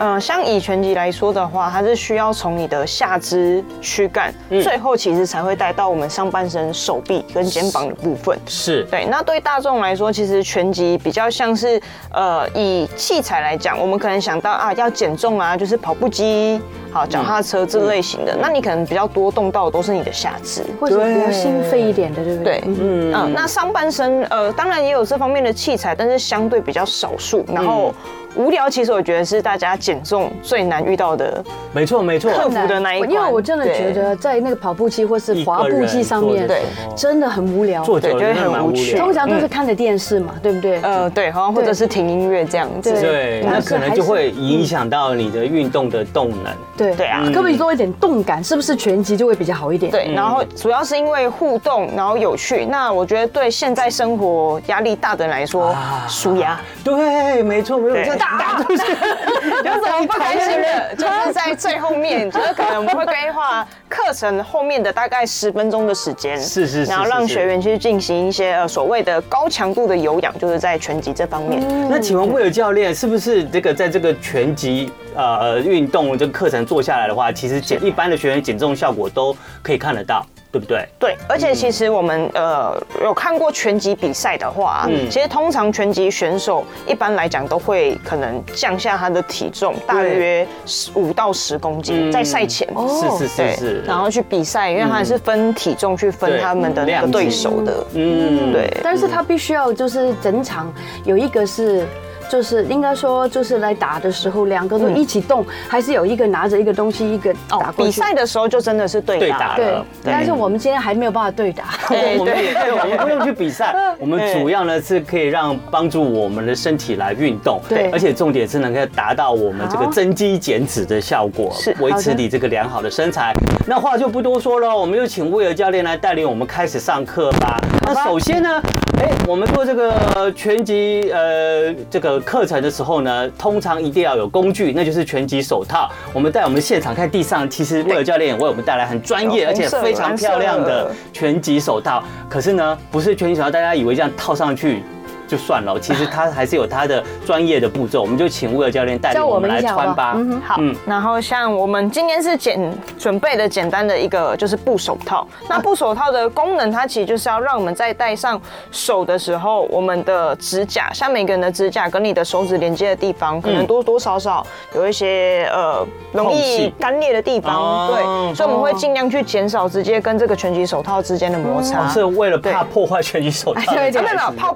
[SPEAKER 3] 嗯，像以拳击来说的话，它是需要从你的下肢躯干，最后其实才会带到我们上半身手臂跟肩膀的部分。
[SPEAKER 2] 是
[SPEAKER 3] 对，那对大众来说，其实拳击比较像是，呃，以器材来讲，我们可能想到啊，要减重啊，就是跑步机、好脚踏车这类型的。那你可能比较多动到的都是你的下肢。
[SPEAKER 1] 或者比较心肺一点的，对不对？
[SPEAKER 3] 对，嗯、那上半身呃，当然也有这方面的器材，但是相对比较少数。然后无聊其实我觉得是大家减重最难遇到的，
[SPEAKER 2] 没错没错，
[SPEAKER 3] 克服的那一关
[SPEAKER 1] 因为我真的
[SPEAKER 3] 对
[SPEAKER 1] 觉得在那个跑步机或是滑步机上
[SPEAKER 2] 一
[SPEAKER 1] 面
[SPEAKER 2] 个
[SPEAKER 3] 人
[SPEAKER 2] 坐着，
[SPEAKER 1] 真的很无聊。
[SPEAKER 2] 坐久了
[SPEAKER 3] 对就会
[SPEAKER 2] 真的
[SPEAKER 3] 很
[SPEAKER 2] 蛮
[SPEAKER 3] 无
[SPEAKER 2] 无
[SPEAKER 3] 趣
[SPEAKER 2] 聊
[SPEAKER 1] 通。常都是看着电视嘛，对不对？
[SPEAKER 3] 呃，对，好像或者是听音乐这样子，
[SPEAKER 1] 对
[SPEAKER 2] 对，
[SPEAKER 1] 但
[SPEAKER 2] 那
[SPEAKER 1] 是
[SPEAKER 2] 可能
[SPEAKER 1] 还
[SPEAKER 2] 就是会影响到你的运动的动能。
[SPEAKER 1] 对
[SPEAKER 3] 对啊
[SPEAKER 1] 可不可以多一点动感？是不是拳击就会比较好一点？，
[SPEAKER 3] 对，然后主要是因为互动，然后有趣。那我觉得对现在生活压力大的人来说
[SPEAKER 2] 啊，
[SPEAKER 3] 舒压。
[SPEAKER 2] 对，没错没错，
[SPEAKER 3] 对
[SPEAKER 2] 这打就是
[SPEAKER 3] 有什么不开心 的？就是在最后面，就是可能我们会规划课程后面的大概十分钟的时间，
[SPEAKER 2] 是是是
[SPEAKER 3] 然后
[SPEAKER 2] 是
[SPEAKER 3] 让
[SPEAKER 2] 是
[SPEAKER 3] 学员去进行一些呃所谓的高强度的有氧，就是在拳击这方面。
[SPEAKER 2] 那请问威尔教练，是不是这个在这个拳击呃运动这个课程做下来的话，其实减一般的学员减重效果都可以看得到，对不对？
[SPEAKER 3] 对，而
[SPEAKER 2] 嗯
[SPEAKER 3] 且其实我们呃有看过拳击比赛的话，
[SPEAKER 2] 嗯
[SPEAKER 3] 其实通常拳击选手一般来讲都会可能降下他的体重，大约五到十公斤，
[SPEAKER 2] 嗯
[SPEAKER 3] 在赛前。
[SPEAKER 1] 哦
[SPEAKER 2] 是是
[SPEAKER 3] 对
[SPEAKER 2] 是是，
[SPEAKER 3] 然后去比赛，因为他是分体重去分
[SPEAKER 2] 对
[SPEAKER 3] 他们的那
[SPEAKER 2] 量
[SPEAKER 3] 个
[SPEAKER 2] 级
[SPEAKER 3] 对手的，
[SPEAKER 2] 嗯，
[SPEAKER 3] 对，
[SPEAKER 1] 但是他必须要就是整场有一个是。就是应该说，就是来打的时候，两个都一起动，还是有一个拿着一个东西，一个打
[SPEAKER 3] 哦，
[SPEAKER 1] 过去
[SPEAKER 3] 比赛的时候就真的是对
[SPEAKER 2] 对
[SPEAKER 3] 打
[SPEAKER 2] 打
[SPEAKER 3] 了，
[SPEAKER 1] 对
[SPEAKER 2] 了，
[SPEAKER 1] 但是我们今天还没有办法对打。
[SPEAKER 3] 对
[SPEAKER 2] 我们
[SPEAKER 3] 对嗯
[SPEAKER 2] 也对，我们不用去比赛，我们主要呢是可以让帮助我们的身体来运动，
[SPEAKER 1] 对
[SPEAKER 2] 而且重点是能够达到我们这个
[SPEAKER 1] 好
[SPEAKER 2] 增肌减脂的效果，
[SPEAKER 3] 是
[SPEAKER 2] 维
[SPEAKER 1] 好的
[SPEAKER 2] 持你这个良好的身材。那话就不多说了，我们就请威尔教练来带领我们开始上课吧。那
[SPEAKER 1] 吧
[SPEAKER 2] 首先呢，哎，我们做这个拳击呃这个课程的时候呢，通常一定要有工具，那就是拳击手套。我们在我们现场看地上，其实威尔教练也为我们带来很专业
[SPEAKER 3] 有
[SPEAKER 2] 而且
[SPEAKER 3] 红色
[SPEAKER 2] 非常
[SPEAKER 3] 蓝色
[SPEAKER 2] 漂亮的
[SPEAKER 3] 的。
[SPEAKER 2] 拳击手套，可是呢，不是拳击手套，大家以为这样套上去就算了，其实它还是有它的专业的步骤。我们就请威尔教练带领
[SPEAKER 1] 教我
[SPEAKER 2] 我们
[SPEAKER 1] 们
[SPEAKER 2] 来
[SPEAKER 1] 一下
[SPEAKER 2] 穿
[SPEAKER 1] 好
[SPEAKER 2] 吧
[SPEAKER 1] 不好。嗯哼
[SPEAKER 3] 好，
[SPEAKER 2] 嗯
[SPEAKER 3] 然后像我们今天是简准备的简单的一个就是布手套。那布手套的功能，它其实就是要让我们在戴上手的时候，我们的指甲，像每个人的指甲跟你的手指连接的地方，可能
[SPEAKER 2] 嗯
[SPEAKER 3] 多多少少有一些呃容
[SPEAKER 2] 空
[SPEAKER 3] 易
[SPEAKER 2] 隙
[SPEAKER 3] 干裂的地方，
[SPEAKER 2] 哦
[SPEAKER 3] 对，所以我们会尽量去减少直接跟这个拳击手套之间的摩擦。
[SPEAKER 2] 哦是为了怕
[SPEAKER 3] 对
[SPEAKER 2] 破坏拳击手套，
[SPEAKER 1] 哎对对
[SPEAKER 3] 啊没有
[SPEAKER 2] 才
[SPEAKER 3] 没有，怕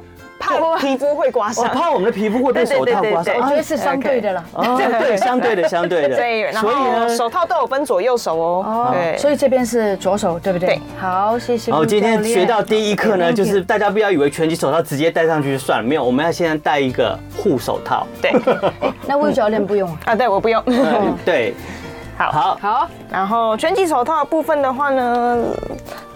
[SPEAKER 3] 怕皮肤会刮
[SPEAKER 2] 我
[SPEAKER 3] 伤。
[SPEAKER 2] 怕我们的皮肤会被手套刮
[SPEAKER 3] 对对对对
[SPEAKER 2] 伤。
[SPEAKER 1] 我
[SPEAKER 2] 啊
[SPEAKER 1] 觉得是相对的啦。
[SPEAKER 2] 哦，对，相对的，相对的。
[SPEAKER 3] 对，然
[SPEAKER 2] 所以
[SPEAKER 3] 后
[SPEAKER 2] 呢，
[SPEAKER 3] 手套都有分左右手哦。对，
[SPEAKER 1] 所以这边是左手，对不对？
[SPEAKER 3] 对
[SPEAKER 1] 好，谢谢。
[SPEAKER 2] 然后今天学到第一课呢，就是大家不要以为拳击手套直接戴上去就算了，没有，我们要先戴一个护手套。
[SPEAKER 3] 对，
[SPEAKER 1] 那魏教练不用啊。
[SPEAKER 3] 啊，对，我不用。
[SPEAKER 2] 嗯对，
[SPEAKER 3] 好
[SPEAKER 2] 好，
[SPEAKER 1] 好，
[SPEAKER 3] 然后拳击手套的部分的话呢，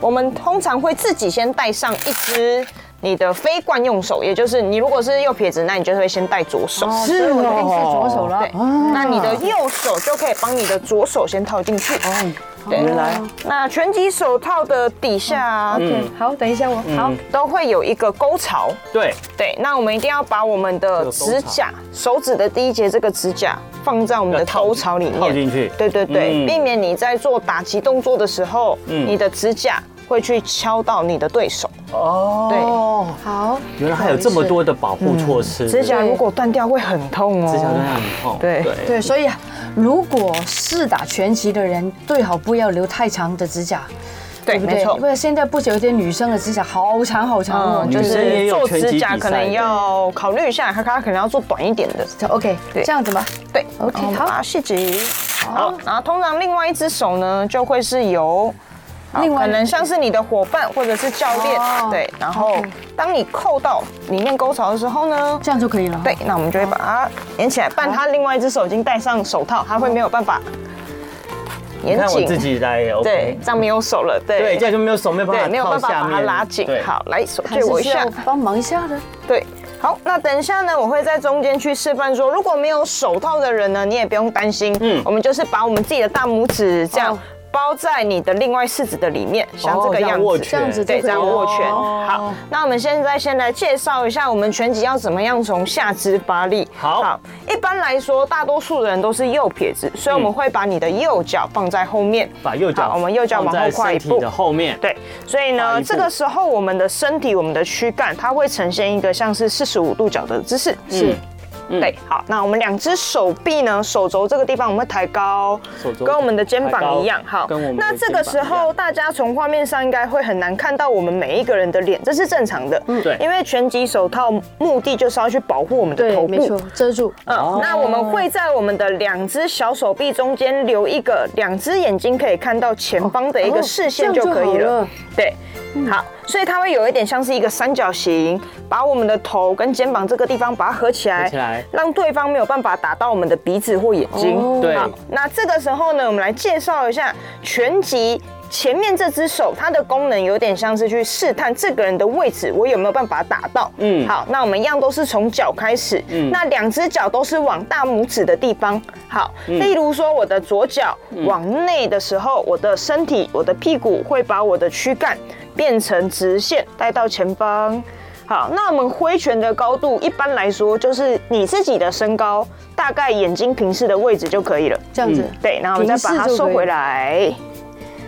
[SPEAKER 3] 我们通常会自己先戴上一只你的非惯用手，也就是你如果是右撇子，那你就会先戴左手。
[SPEAKER 1] 哦
[SPEAKER 2] 是
[SPEAKER 1] 所以我一定是
[SPEAKER 2] 哦
[SPEAKER 1] 左手了
[SPEAKER 3] 对。，那你的右手就可以帮你的左手先套进去。哦，
[SPEAKER 2] 原来
[SPEAKER 3] 那拳击手套的底下
[SPEAKER 1] 对，
[SPEAKER 2] 嗯
[SPEAKER 1] 好，等一下我好。
[SPEAKER 3] 都会有一个沟槽。
[SPEAKER 2] 对，
[SPEAKER 3] 对，那我们一定要把我们的指甲、手指的第一节这个指甲放在我们的头槽里面，
[SPEAKER 2] 套进去
[SPEAKER 3] 对对对，
[SPEAKER 2] 嗯
[SPEAKER 3] 避免你在做打击动作的时候，
[SPEAKER 2] 嗯
[SPEAKER 3] 你的指甲会去敲到你的对手。
[SPEAKER 2] 哦，
[SPEAKER 1] 好，
[SPEAKER 2] 原来还有这么多的保护措施。
[SPEAKER 3] 指甲如果断掉会很痛哦。
[SPEAKER 2] 指甲真的很痛。
[SPEAKER 3] 对
[SPEAKER 1] 对，所以啊如果是打拳击的人，最好不要留太长的指甲，
[SPEAKER 3] 对，
[SPEAKER 1] 对不
[SPEAKER 3] 没
[SPEAKER 1] 对？
[SPEAKER 3] 错
[SPEAKER 1] 因。为现在不是有些女生的指甲好长好长哦，
[SPEAKER 3] 嗯，
[SPEAKER 1] 就
[SPEAKER 3] 就
[SPEAKER 2] 呃女生也
[SPEAKER 3] 是
[SPEAKER 2] 有
[SPEAKER 3] 做
[SPEAKER 2] 拳击
[SPEAKER 3] 指甲
[SPEAKER 2] 比赛
[SPEAKER 3] 可能
[SPEAKER 2] 的
[SPEAKER 3] 要考虑一下，他他可能要做短一点的。
[SPEAKER 1] 就 OK，
[SPEAKER 3] 对
[SPEAKER 1] 这样子吧。
[SPEAKER 3] 对
[SPEAKER 1] OK，
[SPEAKER 3] 然后
[SPEAKER 1] 好
[SPEAKER 3] 把它细直。好，然后通常另外一只手呢，就会是由。好
[SPEAKER 1] 另外
[SPEAKER 3] 可能像是你的伙伴或者是教练
[SPEAKER 1] 哦，
[SPEAKER 3] 对。然后
[SPEAKER 1] OK
[SPEAKER 3] 当你扣到里面沟槽的时候呢，
[SPEAKER 1] 这样就可以了。
[SPEAKER 3] 对，，那我们就会把它连起来。但他另外一只手已经戴上手套，他会没有办法
[SPEAKER 2] 你
[SPEAKER 3] 严
[SPEAKER 2] 看我自
[SPEAKER 3] 紧。
[SPEAKER 2] 己来也 OK。
[SPEAKER 3] 对，这样没有手了。
[SPEAKER 2] 对，这样就没有手没有办法
[SPEAKER 3] 对，没有
[SPEAKER 2] 靠
[SPEAKER 3] 办法
[SPEAKER 2] 下
[SPEAKER 3] 把它
[SPEAKER 2] 面
[SPEAKER 3] 拉紧
[SPEAKER 2] 对。
[SPEAKER 3] 好，来手
[SPEAKER 1] 还
[SPEAKER 3] 借我
[SPEAKER 1] 是
[SPEAKER 3] 一
[SPEAKER 1] 需
[SPEAKER 3] 下
[SPEAKER 1] 要。帮忙一下的。
[SPEAKER 3] 对，好，那等一下呢，我会在中间去示范说，如果没有手套的人呢，你也不用担心，嗯
[SPEAKER 2] 嗯，
[SPEAKER 3] 我们就是把我们自己的大拇指这样
[SPEAKER 1] 哦
[SPEAKER 3] 包在你的另外四指的里面，像这个
[SPEAKER 2] 这样
[SPEAKER 3] 样
[SPEAKER 2] 哦握
[SPEAKER 3] 子，
[SPEAKER 2] 拳
[SPEAKER 1] 这样子
[SPEAKER 3] 对，
[SPEAKER 1] 就可
[SPEAKER 3] 这
[SPEAKER 1] 以
[SPEAKER 3] 样
[SPEAKER 1] 了
[SPEAKER 3] 握拳。
[SPEAKER 2] 哦
[SPEAKER 3] 好，那我们现在先来介绍一下我们拳击要怎么样从下肢发力。
[SPEAKER 2] 好
[SPEAKER 3] 一般来说，大多数的人都是右撇子，所以我
[SPEAKER 2] 嗯
[SPEAKER 3] 们会把你的右脚放在后面，
[SPEAKER 2] 把右脚
[SPEAKER 3] 好我们右脚往
[SPEAKER 2] 放在
[SPEAKER 3] 后跨一
[SPEAKER 2] 身体
[SPEAKER 3] 步
[SPEAKER 2] 的。后面。
[SPEAKER 3] 对，所以
[SPEAKER 2] 跨
[SPEAKER 3] 呢，
[SPEAKER 2] 一步
[SPEAKER 3] 这个时候
[SPEAKER 2] 嗯
[SPEAKER 3] 我们的身体、我们的躯干，它会呈现一个像是四十五度角的姿势。
[SPEAKER 1] 是，
[SPEAKER 3] 对，好，那我们两只手臂呢，手肘这个地方我们会抬高
[SPEAKER 2] 手，肘
[SPEAKER 3] 跟我们的肩
[SPEAKER 2] 抬
[SPEAKER 3] 膀
[SPEAKER 2] 高
[SPEAKER 3] 一样。好
[SPEAKER 2] 跟我，们
[SPEAKER 3] 那
[SPEAKER 2] 的
[SPEAKER 3] 这
[SPEAKER 2] 肩
[SPEAKER 3] 个
[SPEAKER 2] 膀
[SPEAKER 3] 时
[SPEAKER 2] 一
[SPEAKER 3] 候
[SPEAKER 2] 样
[SPEAKER 3] 大家从画面上应该会很难看到我们每一个人的脸，这是正常的。嗯
[SPEAKER 2] 对
[SPEAKER 3] 因为拳击手套目的就是要去保护我们的
[SPEAKER 1] 对，
[SPEAKER 3] 头
[SPEAKER 1] 没
[SPEAKER 3] 部
[SPEAKER 1] 错。，遮住。
[SPEAKER 2] 哦
[SPEAKER 3] 嗯，那我们会在我们的两只小手臂中间留一个，两只眼睛可以看到前方的一个视线就可以了。
[SPEAKER 1] 哦
[SPEAKER 3] 对，
[SPEAKER 2] 嗯
[SPEAKER 3] 好，所以它会有一点像是一个三角形，把我们的头跟肩膀这个地方把它合起来，
[SPEAKER 2] 合起来
[SPEAKER 3] 让对方没有办法打到我们的鼻子或眼睛。
[SPEAKER 1] 哦
[SPEAKER 2] 对
[SPEAKER 3] 好，那这个时候呢，我们来介绍一下拳击。前面这只手，它的功能有点像是去试探这个人的位置，我有没有办法打到。嗯，
[SPEAKER 2] 嗯
[SPEAKER 3] 好，那我们一样都是从脚开始，嗯，那两只脚都是往大拇指的地方。好，
[SPEAKER 2] 嗯
[SPEAKER 3] 例如说我的左脚往内的时候，我的身体，我的屁股会把我的躯干变成直线，带到前方。好，那我们挥拳的高度一般来说就是你自己的身高，大概眼睛平视的位置就可以了。
[SPEAKER 1] 这样子。
[SPEAKER 3] 对，然后我们再把它
[SPEAKER 1] 平视就
[SPEAKER 3] 收
[SPEAKER 1] 可以
[SPEAKER 3] 回来。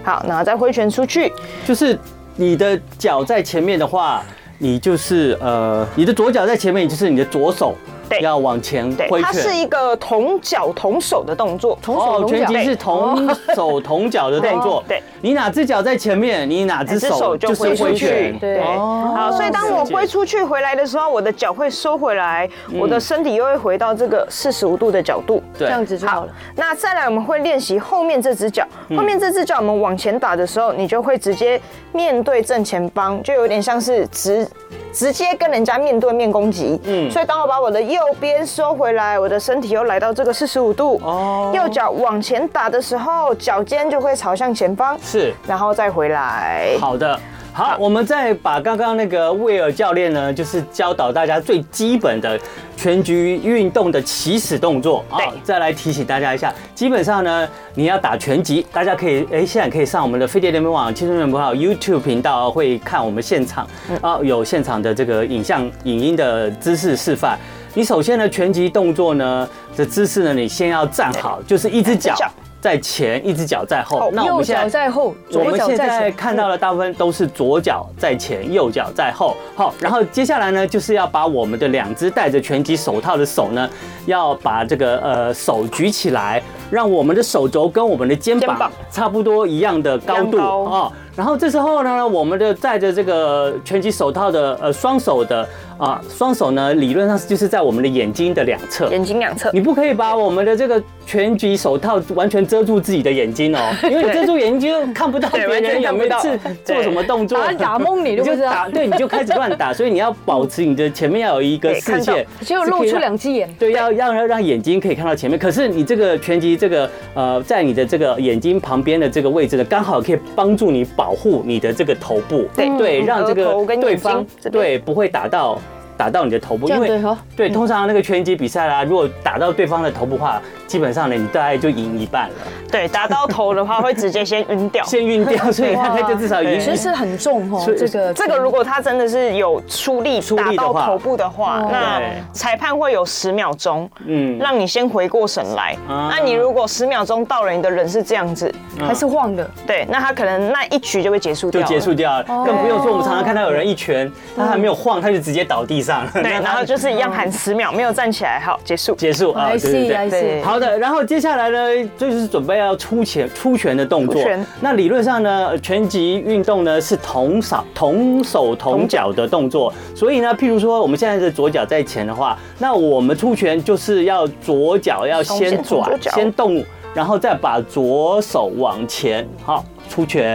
[SPEAKER 3] 好，然后再挥拳出去。
[SPEAKER 2] 就是你的脚在前面的话，你就是呃，你的左脚在前面，就是你的左手
[SPEAKER 3] 对
[SPEAKER 2] 要往前
[SPEAKER 3] 对，
[SPEAKER 2] 挥
[SPEAKER 3] 它是
[SPEAKER 2] 拳。
[SPEAKER 3] 一个同脚同手的动作。
[SPEAKER 1] 同手同脚
[SPEAKER 2] 拳击哦是同手同脚 的动作。
[SPEAKER 3] 哦对对
[SPEAKER 2] 你哪只脚在前面，你哪只
[SPEAKER 3] 哪只手
[SPEAKER 2] 手
[SPEAKER 3] 就
[SPEAKER 2] 就是
[SPEAKER 3] 挥出
[SPEAKER 2] 挥
[SPEAKER 3] 去
[SPEAKER 2] 拳。
[SPEAKER 1] 对
[SPEAKER 2] 哦
[SPEAKER 3] 好，所以当我挥出去回来的时候，我的脚会收回来，我的身体又会回到这个四十五度的角度。
[SPEAKER 2] 嗯对
[SPEAKER 1] 这样子就好了。
[SPEAKER 3] 那再来，我们会练习后面这只脚。
[SPEAKER 2] 嗯
[SPEAKER 3] 后面这只脚，我们往前打的时候，你就会直接面对正前方，就有点像是直直接跟人家面对面攻击。嗯，所以当我把我的右边收回来，我的身体又来到这个四十五度，
[SPEAKER 2] 哦
[SPEAKER 3] 右脚往前打的时候，脚尖就会朝向前方，
[SPEAKER 2] 是
[SPEAKER 3] 然后再回来。
[SPEAKER 2] 好的。好，我们再把刚刚那个威尔教练呢，就是教导大家最基本的全局运动的起始动作啊
[SPEAKER 3] 对，
[SPEAKER 2] 再来提醒大家一下，基本上呢，你要打拳击，大家可以 哎，现在可以上我们的飞碟联盟网、青春联盟网 YouTube 频道，会看我们现场啊，有现场的这个影像、影音的姿势示范。你首先呢，拳击动作呢的姿势呢，你先要站好，就是一只脚
[SPEAKER 3] 脚
[SPEAKER 2] 在前，一只脚在后
[SPEAKER 3] 后。
[SPEAKER 2] 那我
[SPEAKER 1] 右
[SPEAKER 2] 们现在
[SPEAKER 1] 脚在后，
[SPEAKER 2] 我
[SPEAKER 1] 左
[SPEAKER 2] 们
[SPEAKER 1] 脚
[SPEAKER 2] 现在
[SPEAKER 1] 在
[SPEAKER 2] 看到的大部分都是左脚在前，右脚在后。好，然后接下来呢，就是要把我们的两只戴着拳击手套的手呢，要把这个呃手举起来，让我们的手肘跟我们的肩
[SPEAKER 3] 肩膀
[SPEAKER 2] 膀差不多一样的高
[SPEAKER 3] 一样
[SPEAKER 2] 度
[SPEAKER 3] 高
[SPEAKER 2] 哦。然后这时候呢，我们的戴着这个拳击手套的呃双手的啊双手呢，理论上就是在我们的眼睛的两侧。
[SPEAKER 3] 眼睛两侧。
[SPEAKER 2] 你不可以把我们的这个拳击手套完全遮住自己的眼睛哦，因为你遮住眼睛就看不到
[SPEAKER 3] 对
[SPEAKER 2] 别
[SPEAKER 3] 完全
[SPEAKER 2] 人有
[SPEAKER 3] 看不
[SPEAKER 2] 没有
[SPEAKER 3] 到
[SPEAKER 2] 是
[SPEAKER 3] 对
[SPEAKER 2] 做什么动作
[SPEAKER 1] 打，打 蒙你都
[SPEAKER 2] 你
[SPEAKER 1] 不
[SPEAKER 2] 就
[SPEAKER 1] 知道
[SPEAKER 2] 打，，对，你就开始乱打，所以你要保持你的前面要有一个
[SPEAKER 3] 对看
[SPEAKER 2] 视
[SPEAKER 3] 到
[SPEAKER 2] 线，
[SPEAKER 1] 只有露出两只眼。
[SPEAKER 2] 对，要让让让眼睛可以看到前面。可是你这个拳击这个呃，在你的这个眼睛旁边的这个位置呢，刚好可以帮助你保护你的这个头部，
[SPEAKER 3] 对
[SPEAKER 2] 对，让这
[SPEAKER 3] 额头
[SPEAKER 2] 个
[SPEAKER 3] 跟眼
[SPEAKER 2] 对
[SPEAKER 3] 睛
[SPEAKER 2] 方
[SPEAKER 3] 这边
[SPEAKER 2] 对不会打到。打到你的头部，
[SPEAKER 1] 这样
[SPEAKER 2] 因为
[SPEAKER 1] 对哦
[SPEAKER 3] 嗯
[SPEAKER 2] 对通常那个拳击比赛啊啦，如果打到对方的头部的话，基本上呢，你大概就赢一半了，
[SPEAKER 3] 对，打到头的话会直接先晕掉。
[SPEAKER 2] 先晕掉，所以大概就至 少赢
[SPEAKER 1] 其实很重哦，
[SPEAKER 2] 是
[SPEAKER 1] 这个
[SPEAKER 3] 这个如果他真的是有出力
[SPEAKER 2] 出
[SPEAKER 3] 打
[SPEAKER 2] 力的
[SPEAKER 3] 到
[SPEAKER 2] 话
[SPEAKER 3] 头部的话，
[SPEAKER 1] 哦
[SPEAKER 3] 那
[SPEAKER 2] 对
[SPEAKER 3] 裁判会有十秒钟，
[SPEAKER 2] 嗯，
[SPEAKER 3] 让你先回过神来。
[SPEAKER 2] 啊嗯
[SPEAKER 3] 那你如果十秒钟到了，你的人是这样子，
[SPEAKER 1] 还是晃的，
[SPEAKER 3] 对，那他可能那一局就会结束掉
[SPEAKER 2] 就
[SPEAKER 3] 了，哦
[SPEAKER 2] 结束掉了，更不用说我们常常看到有人一拳，他还没有晃，他就直接倒地上了，
[SPEAKER 3] 对，
[SPEAKER 2] 那他
[SPEAKER 3] 然后就是一样喊十秒，没有站起来，好，结束。
[SPEAKER 2] 结束啊，
[SPEAKER 1] 还
[SPEAKER 2] 对对
[SPEAKER 1] 是
[SPEAKER 2] 对
[SPEAKER 1] 还。是
[SPEAKER 3] 对
[SPEAKER 2] 好的，然后接下来呢，就是准备要出拳出拳的动
[SPEAKER 3] 出
[SPEAKER 2] 作
[SPEAKER 3] 拳。
[SPEAKER 2] 那理论上呢，呃拳击运动呢是同手同手同脚的动作，所以呢，譬如说我们现在的左脚在前的话，那我们出拳就是要左脚要先
[SPEAKER 3] 从先从左
[SPEAKER 2] 转
[SPEAKER 3] 脚
[SPEAKER 2] 先动，然后再把左手往前，好。出拳，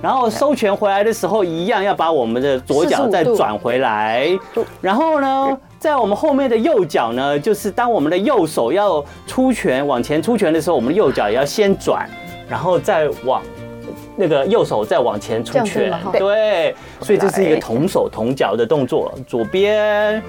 [SPEAKER 2] 然后收拳回来的时候，一样要把我们的左脚
[SPEAKER 1] 45
[SPEAKER 2] 再
[SPEAKER 1] 度
[SPEAKER 2] 转回来，然后呢，在我们后面的右脚呢，就是当我们的右手要出拳往前出拳的时候，我们的右脚也要先转，然后再往。那个右手再往前出
[SPEAKER 1] 这
[SPEAKER 2] 拳
[SPEAKER 1] 样子吗，
[SPEAKER 2] 对，所以这是一个同手同脚的动作，左边、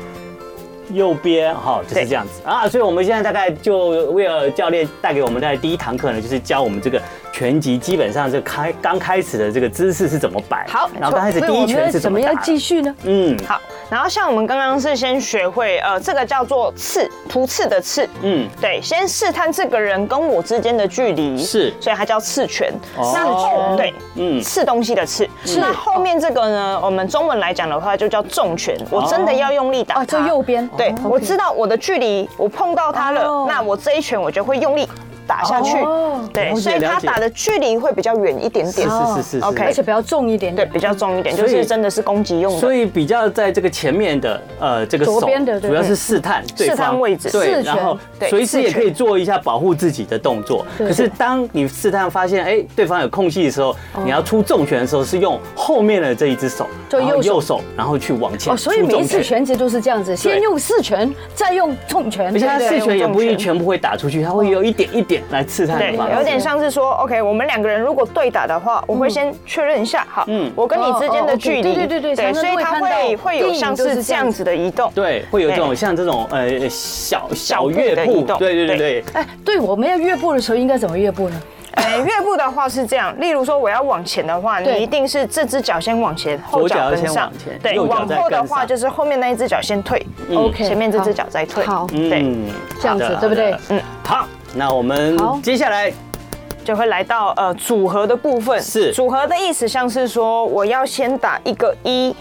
[SPEAKER 2] 右边，好，就是这样子啊。所以我们现在大概就威尔教练带给我们的第一堂课呢，就是教我们这个拳击基本上是开刚开始的这个姿势是怎么摆，
[SPEAKER 3] 好
[SPEAKER 2] 然后刚开始
[SPEAKER 1] 所以
[SPEAKER 2] 第
[SPEAKER 1] 我
[SPEAKER 2] 一
[SPEAKER 1] 们要
[SPEAKER 2] 拳是
[SPEAKER 1] 怎
[SPEAKER 2] 怎
[SPEAKER 1] 么
[SPEAKER 2] 么打
[SPEAKER 1] 样，继续呢？
[SPEAKER 2] 嗯，
[SPEAKER 3] 好，然后像我们刚刚是先学会，呃，这个叫做刺，突刺的刺，
[SPEAKER 2] 嗯，
[SPEAKER 3] 对，先试探这个人跟我之间的距离，
[SPEAKER 2] 是
[SPEAKER 3] 所以它叫刺拳。
[SPEAKER 2] 哦
[SPEAKER 3] 那后对，
[SPEAKER 2] 嗯
[SPEAKER 3] 嗯，刺东西的刺。那后面这个呢，我们中文来讲的话就叫重拳，我真的要用力打
[SPEAKER 1] 哦
[SPEAKER 3] 它。
[SPEAKER 1] 就右边
[SPEAKER 3] 对
[SPEAKER 1] 哦，
[SPEAKER 3] 我知道我的距离，我碰到它
[SPEAKER 1] 哦
[SPEAKER 3] 了，那我这一拳我就会用力打下去
[SPEAKER 1] 哦。
[SPEAKER 3] 对
[SPEAKER 2] 了，解
[SPEAKER 3] 所以
[SPEAKER 2] 了
[SPEAKER 3] 它
[SPEAKER 2] 解
[SPEAKER 3] 打的距离会比较远一点点
[SPEAKER 2] 是。是是是是
[SPEAKER 3] 哦 OK
[SPEAKER 1] 而且比较重一点
[SPEAKER 3] 对，
[SPEAKER 1] 点。
[SPEAKER 3] 比较重一点，
[SPEAKER 2] 所
[SPEAKER 3] 就
[SPEAKER 2] 以
[SPEAKER 3] 是真的是攻击用的。
[SPEAKER 2] 所以比较在这个前面的呃这个
[SPEAKER 1] 左
[SPEAKER 2] 手
[SPEAKER 1] 边的，对
[SPEAKER 2] 主要是试探对方
[SPEAKER 3] 试探位置
[SPEAKER 2] 对，
[SPEAKER 1] 刺拳
[SPEAKER 2] 然后
[SPEAKER 3] 对
[SPEAKER 2] 随时
[SPEAKER 3] 刺
[SPEAKER 2] 也可以
[SPEAKER 3] 拳
[SPEAKER 2] 做一下保护自己的动作。
[SPEAKER 1] 对
[SPEAKER 2] 可是当你试探发现哎对方有空隙的时候，你要出重拳的时候是用后面的这一只手，
[SPEAKER 1] 就
[SPEAKER 2] 然后
[SPEAKER 1] 右手
[SPEAKER 2] 右手，然后去往前
[SPEAKER 1] 哦，所以
[SPEAKER 2] 出
[SPEAKER 1] 每
[SPEAKER 2] 重
[SPEAKER 1] 一次
[SPEAKER 2] 拳。
[SPEAKER 1] 拳击都是这样子，先用四拳，再用重拳。
[SPEAKER 2] 而且他
[SPEAKER 1] 对不对
[SPEAKER 2] 四拳也不一
[SPEAKER 3] 用
[SPEAKER 2] 定
[SPEAKER 3] 重拳
[SPEAKER 2] 全部会打出去，他会有一点一点来刺探
[SPEAKER 3] 对，
[SPEAKER 2] 对方。
[SPEAKER 3] 有点像是说，OK，我们两个人如果对打的话，我会先确认一下，好，
[SPEAKER 2] 嗯
[SPEAKER 3] 我跟你之
[SPEAKER 1] 哦
[SPEAKER 3] 间
[SPEAKER 1] 哦
[SPEAKER 3] 的
[SPEAKER 1] ，OK，
[SPEAKER 3] 距离，
[SPEAKER 1] 对对对对常常
[SPEAKER 3] 所以
[SPEAKER 1] 会
[SPEAKER 3] 它
[SPEAKER 1] 看到
[SPEAKER 3] 会会有像
[SPEAKER 1] 电影就是
[SPEAKER 3] 是
[SPEAKER 1] 这
[SPEAKER 3] 这
[SPEAKER 1] 样
[SPEAKER 3] 样子的移动，
[SPEAKER 2] 对，会有这种
[SPEAKER 3] 对
[SPEAKER 2] 像这种呃小小
[SPEAKER 3] 步
[SPEAKER 2] 乐
[SPEAKER 3] 的
[SPEAKER 2] 步
[SPEAKER 3] 移，动
[SPEAKER 2] 对对对对，
[SPEAKER 1] 哎，对，我们要越步的时候应该怎么越步呢？
[SPEAKER 3] 哎，乐步的话是这样，例如说我要往前的话，
[SPEAKER 1] 对
[SPEAKER 3] 你一定是这只脚先往前，后
[SPEAKER 2] 左脚
[SPEAKER 3] 脚跟
[SPEAKER 2] 先
[SPEAKER 3] 上
[SPEAKER 2] 往前，
[SPEAKER 3] 对，
[SPEAKER 2] 右脚
[SPEAKER 3] 往
[SPEAKER 2] 再
[SPEAKER 3] 后的
[SPEAKER 2] 跟
[SPEAKER 3] 话
[SPEAKER 2] 上嗯
[SPEAKER 3] 就是后面那一只脚先退
[SPEAKER 1] OK，
[SPEAKER 3] 前面这
[SPEAKER 1] 好
[SPEAKER 3] 只脚再退，
[SPEAKER 1] 好
[SPEAKER 3] 对，
[SPEAKER 1] 这样子
[SPEAKER 2] 好的
[SPEAKER 1] 对不对
[SPEAKER 2] 好的嗯，好，那我们
[SPEAKER 1] 好
[SPEAKER 2] 接下来
[SPEAKER 3] 就会来到呃组合的部分，
[SPEAKER 2] 是
[SPEAKER 3] 组合的意思像是说我要先打一个一，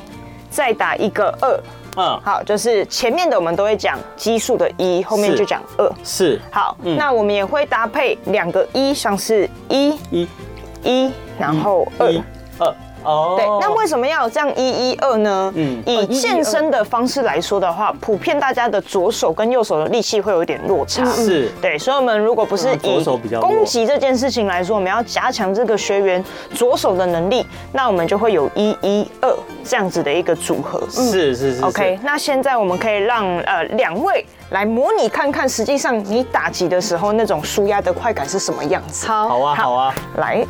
[SPEAKER 3] 再打一个二。
[SPEAKER 2] 嗯
[SPEAKER 3] 好，就是前面的我们都会讲基数的一，后面
[SPEAKER 2] 是
[SPEAKER 3] 就讲二。
[SPEAKER 2] 是
[SPEAKER 3] 好，
[SPEAKER 2] 嗯
[SPEAKER 3] 那我们也会搭配两个一，像是一
[SPEAKER 2] 一
[SPEAKER 3] 一，然后二。
[SPEAKER 2] 一二哦，
[SPEAKER 3] 对，那为什么要有这样一一二呢？
[SPEAKER 2] 嗯哦
[SPEAKER 3] 嗯，以
[SPEAKER 2] 一一
[SPEAKER 3] 健身的方式来说的话，普遍大家的左手跟右手的力气会有一点落差。
[SPEAKER 2] 嗯是
[SPEAKER 3] 对，所以我们如果不是
[SPEAKER 2] 嗯左
[SPEAKER 3] 以
[SPEAKER 2] 手比较弱
[SPEAKER 3] 攻击这件事情来说，我们要加强这个学员左手的能力，那我们就会有一一二这样子的一个组合。嗯。
[SPEAKER 2] 是是是
[SPEAKER 3] OK，
[SPEAKER 2] 是
[SPEAKER 3] 那现在我们可以让呃两位来模拟看看，实际上你打击的时候那种舒压的快感是什么样子。
[SPEAKER 1] 好
[SPEAKER 2] 好啊
[SPEAKER 3] 好
[SPEAKER 2] 好啊，
[SPEAKER 3] 来，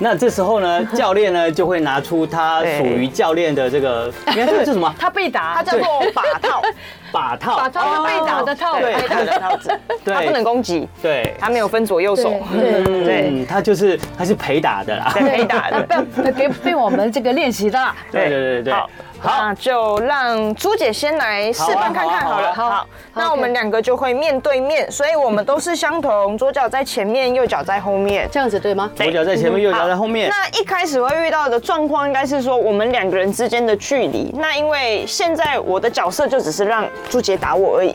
[SPEAKER 2] 那这时候呢，教练呢就会拿出他属于教练的这个，你看这个叫什么
[SPEAKER 1] 他被打，
[SPEAKER 3] 它叫做把套，
[SPEAKER 2] 把套，
[SPEAKER 1] 把套被打的套，
[SPEAKER 2] 哦对
[SPEAKER 3] 对，它的套子，
[SPEAKER 2] 对
[SPEAKER 3] 它不能攻击，
[SPEAKER 2] 对，
[SPEAKER 3] 它没有分左右手，
[SPEAKER 1] 对啊对
[SPEAKER 3] 对，
[SPEAKER 2] 嗯，他就是他是陪打的啦，
[SPEAKER 3] 对，可以打的。
[SPEAKER 1] 被被被我们这个练习的。
[SPEAKER 2] 对对对对
[SPEAKER 3] 好，
[SPEAKER 2] 好
[SPEAKER 3] 那就让朱姐先来示范看看
[SPEAKER 2] 好啊
[SPEAKER 3] 好了。
[SPEAKER 1] 好啊好啊
[SPEAKER 3] 好，
[SPEAKER 1] 好
[SPEAKER 3] 那我们两个就会面对面，所以我们都是相同，左脚在前面，右脚在后面。
[SPEAKER 1] 这样子对吗？
[SPEAKER 2] 左脚在前面，右脚在后面，
[SPEAKER 3] 那一开始会遇到的状况应该是说我们两个人之间的距离。那因为现在我的角色就只是让朱姐打我而已、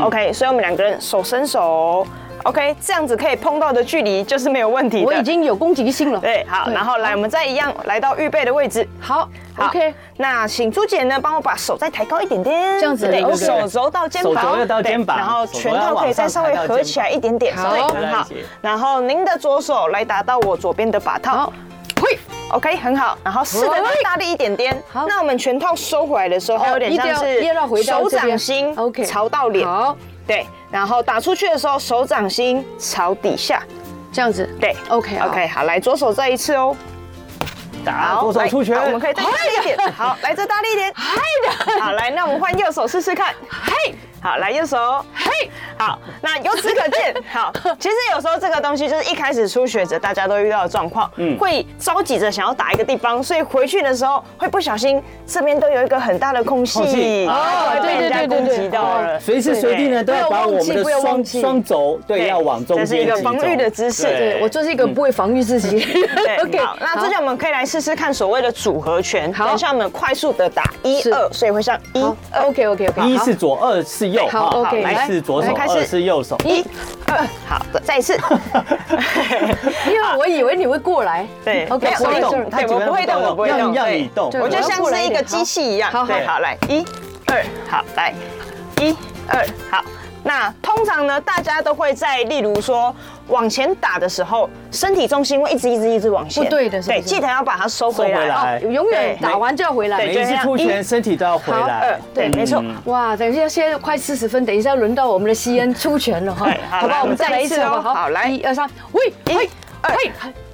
[SPEAKER 3] o
[SPEAKER 2] 嗯
[SPEAKER 3] k 所以我们两个人手伸手，OK，这样子可以碰到的距离就是没有问题的。
[SPEAKER 1] 我已经有攻击性了。
[SPEAKER 3] 对，好，
[SPEAKER 1] 对
[SPEAKER 3] 然后来，我们再一样来到预备的位置。
[SPEAKER 1] 好
[SPEAKER 3] 好
[SPEAKER 1] ，OK，
[SPEAKER 3] 那请朱姐呢帮我把手再抬高一点点，
[SPEAKER 1] 这样子
[SPEAKER 3] 对，
[SPEAKER 1] OK
[SPEAKER 3] 手肘到肩
[SPEAKER 2] 手肘
[SPEAKER 3] 膀，
[SPEAKER 2] 要到肩膀
[SPEAKER 3] 对然后拳头可以再稍微合起来一点点，
[SPEAKER 1] 好
[SPEAKER 3] 对，很好。然后您的左手来打到我左边的把套
[SPEAKER 1] 好，嘿，
[SPEAKER 3] ，OK，很好。然后试着再大力一点点。
[SPEAKER 1] 好
[SPEAKER 3] 那我们拳套收回来的时候，它有点像
[SPEAKER 1] 一定要要回
[SPEAKER 3] 是
[SPEAKER 1] 到
[SPEAKER 3] 手
[SPEAKER 1] 这边
[SPEAKER 3] 掌心
[SPEAKER 1] OK
[SPEAKER 3] 朝到脸，
[SPEAKER 1] 好，
[SPEAKER 3] 对，然后打出去的时候手掌心朝底下，
[SPEAKER 1] 这样子，
[SPEAKER 3] 对
[SPEAKER 1] ，OK 好
[SPEAKER 3] OK，好，来左手再一次哦。
[SPEAKER 2] 打左手出拳
[SPEAKER 3] 来好，我们可以再大力一点。好，来再大力一点。好，来，那我们换右手试试看。嘿，好，来右手。嘿，好，那由此可见，好，其实有时候这个东西就是一开始初学者大家都遇到的状况，
[SPEAKER 2] 嗯
[SPEAKER 3] 会着急着想要打一个地方，所以回去的时候会不小心这边都有一个很大的空
[SPEAKER 2] 空隙
[SPEAKER 3] 隙，
[SPEAKER 2] 哦
[SPEAKER 3] 会被人家
[SPEAKER 1] 对对对
[SPEAKER 3] 攻击到
[SPEAKER 1] 对
[SPEAKER 3] 了。
[SPEAKER 2] 呃随时随地呢都要把我们的
[SPEAKER 1] 不要忘
[SPEAKER 2] 双
[SPEAKER 1] 记
[SPEAKER 2] 双肘对要往中间
[SPEAKER 3] 这是一个防御的姿势
[SPEAKER 2] 对
[SPEAKER 1] 对我就是一个不会防御自己。
[SPEAKER 3] 嗯对
[SPEAKER 1] OK，
[SPEAKER 3] 好，那这就我们可以来试试看所谓的组合拳。
[SPEAKER 1] 好
[SPEAKER 3] 等一下我们快速的打一
[SPEAKER 1] 是
[SPEAKER 3] 二，所以会像一
[SPEAKER 1] 好
[SPEAKER 3] 二
[SPEAKER 1] OK OK OK，
[SPEAKER 2] 一是左，二是右，
[SPEAKER 1] 好
[SPEAKER 2] 哈
[SPEAKER 1] OK，
[SPEAKER 2] 一
[SPEAKER 1] 来
[SPEAKER 2] 是左手，
[SPEAKER 3] 来开始
[SPEAKER 2] 二是右手，
[SPEAKER 3] 一二，好的，再 一次。
[SPEAKER 1] 因为我以为你会过来。
[SPEAKER 3] 对
[SPEAKER 1] ，OK，
[SPEAKER 3] 没有
[SPEAKER 2] 不会
[SPEAKER 1] 所以
[SPEAKER 2] 动
[SPEAKER 1] 就是
[SPEAKER 2] 他
[SPEAKER 3] 对，我不会动，我不会
[SPEAKER 2] 要
[SPEAKER 3] 动，
[SPEAKER 2] 要
[SPEAKER 3] 对
[SPEAKER 2] 你动
[SPEAKER 1] 对
[SPEAKER 3] 我就像是一个机器一样。
[SPEAKER 1] 好好
[SPEAKER 3] 对，好，来，一、二，好，来，一、二，好。那通常呢，大家都会在例如说往前打的时候，身体重心会一直一直一直往前，
[SPEAKER 1] 不对的是不是
[SPEAKER 3] 对，记得要把它收回
[SPEAKER 2] 收回来
[SPEAKER 3] 来。
[SPEAKER 1] 哦永远
[SPEAKER 3] 对
[SPEAKER 1] 打完就要回来
[SPEAKER 3] 对。
[SPEAKER 2] 每
[SPEAKER 3] 就
[SPEAKER 2] 一次
[SPEAKER 3] 这样
[SPEAKER 2] 出拳身体都要回来嗯
[SPEAKER 3] 二，，对，没错。
[SPEAKER 1] 哇，等一下，现在快四十分，等一下轮到我们的西恩出拳了哈
[SPEAKER 3] 哎对，好
[SPEAKER 1] 好不
[SPEAKER 3] 来
[SPEAKER 1] 好？
[SPEAKER 3] 我
[SPEAKER 1] 我们
[SPEAKER 3] 们
[SPEAKER 1] 再
[SPEAKER 3] 再
[SPEAKER 1] 来
[SPEAKER 3] 来
[SPEAKER 1] 一
[SPEAKER 3] 一次
[SPEAKER 1] 次
[SPEAKER 3] 哦
[SPEAKER 1] 好不好？
[SPEAKER 3] 好来
[SPEAKER 1] 一二三，喂，喂，
[SPEAKER 3] 二。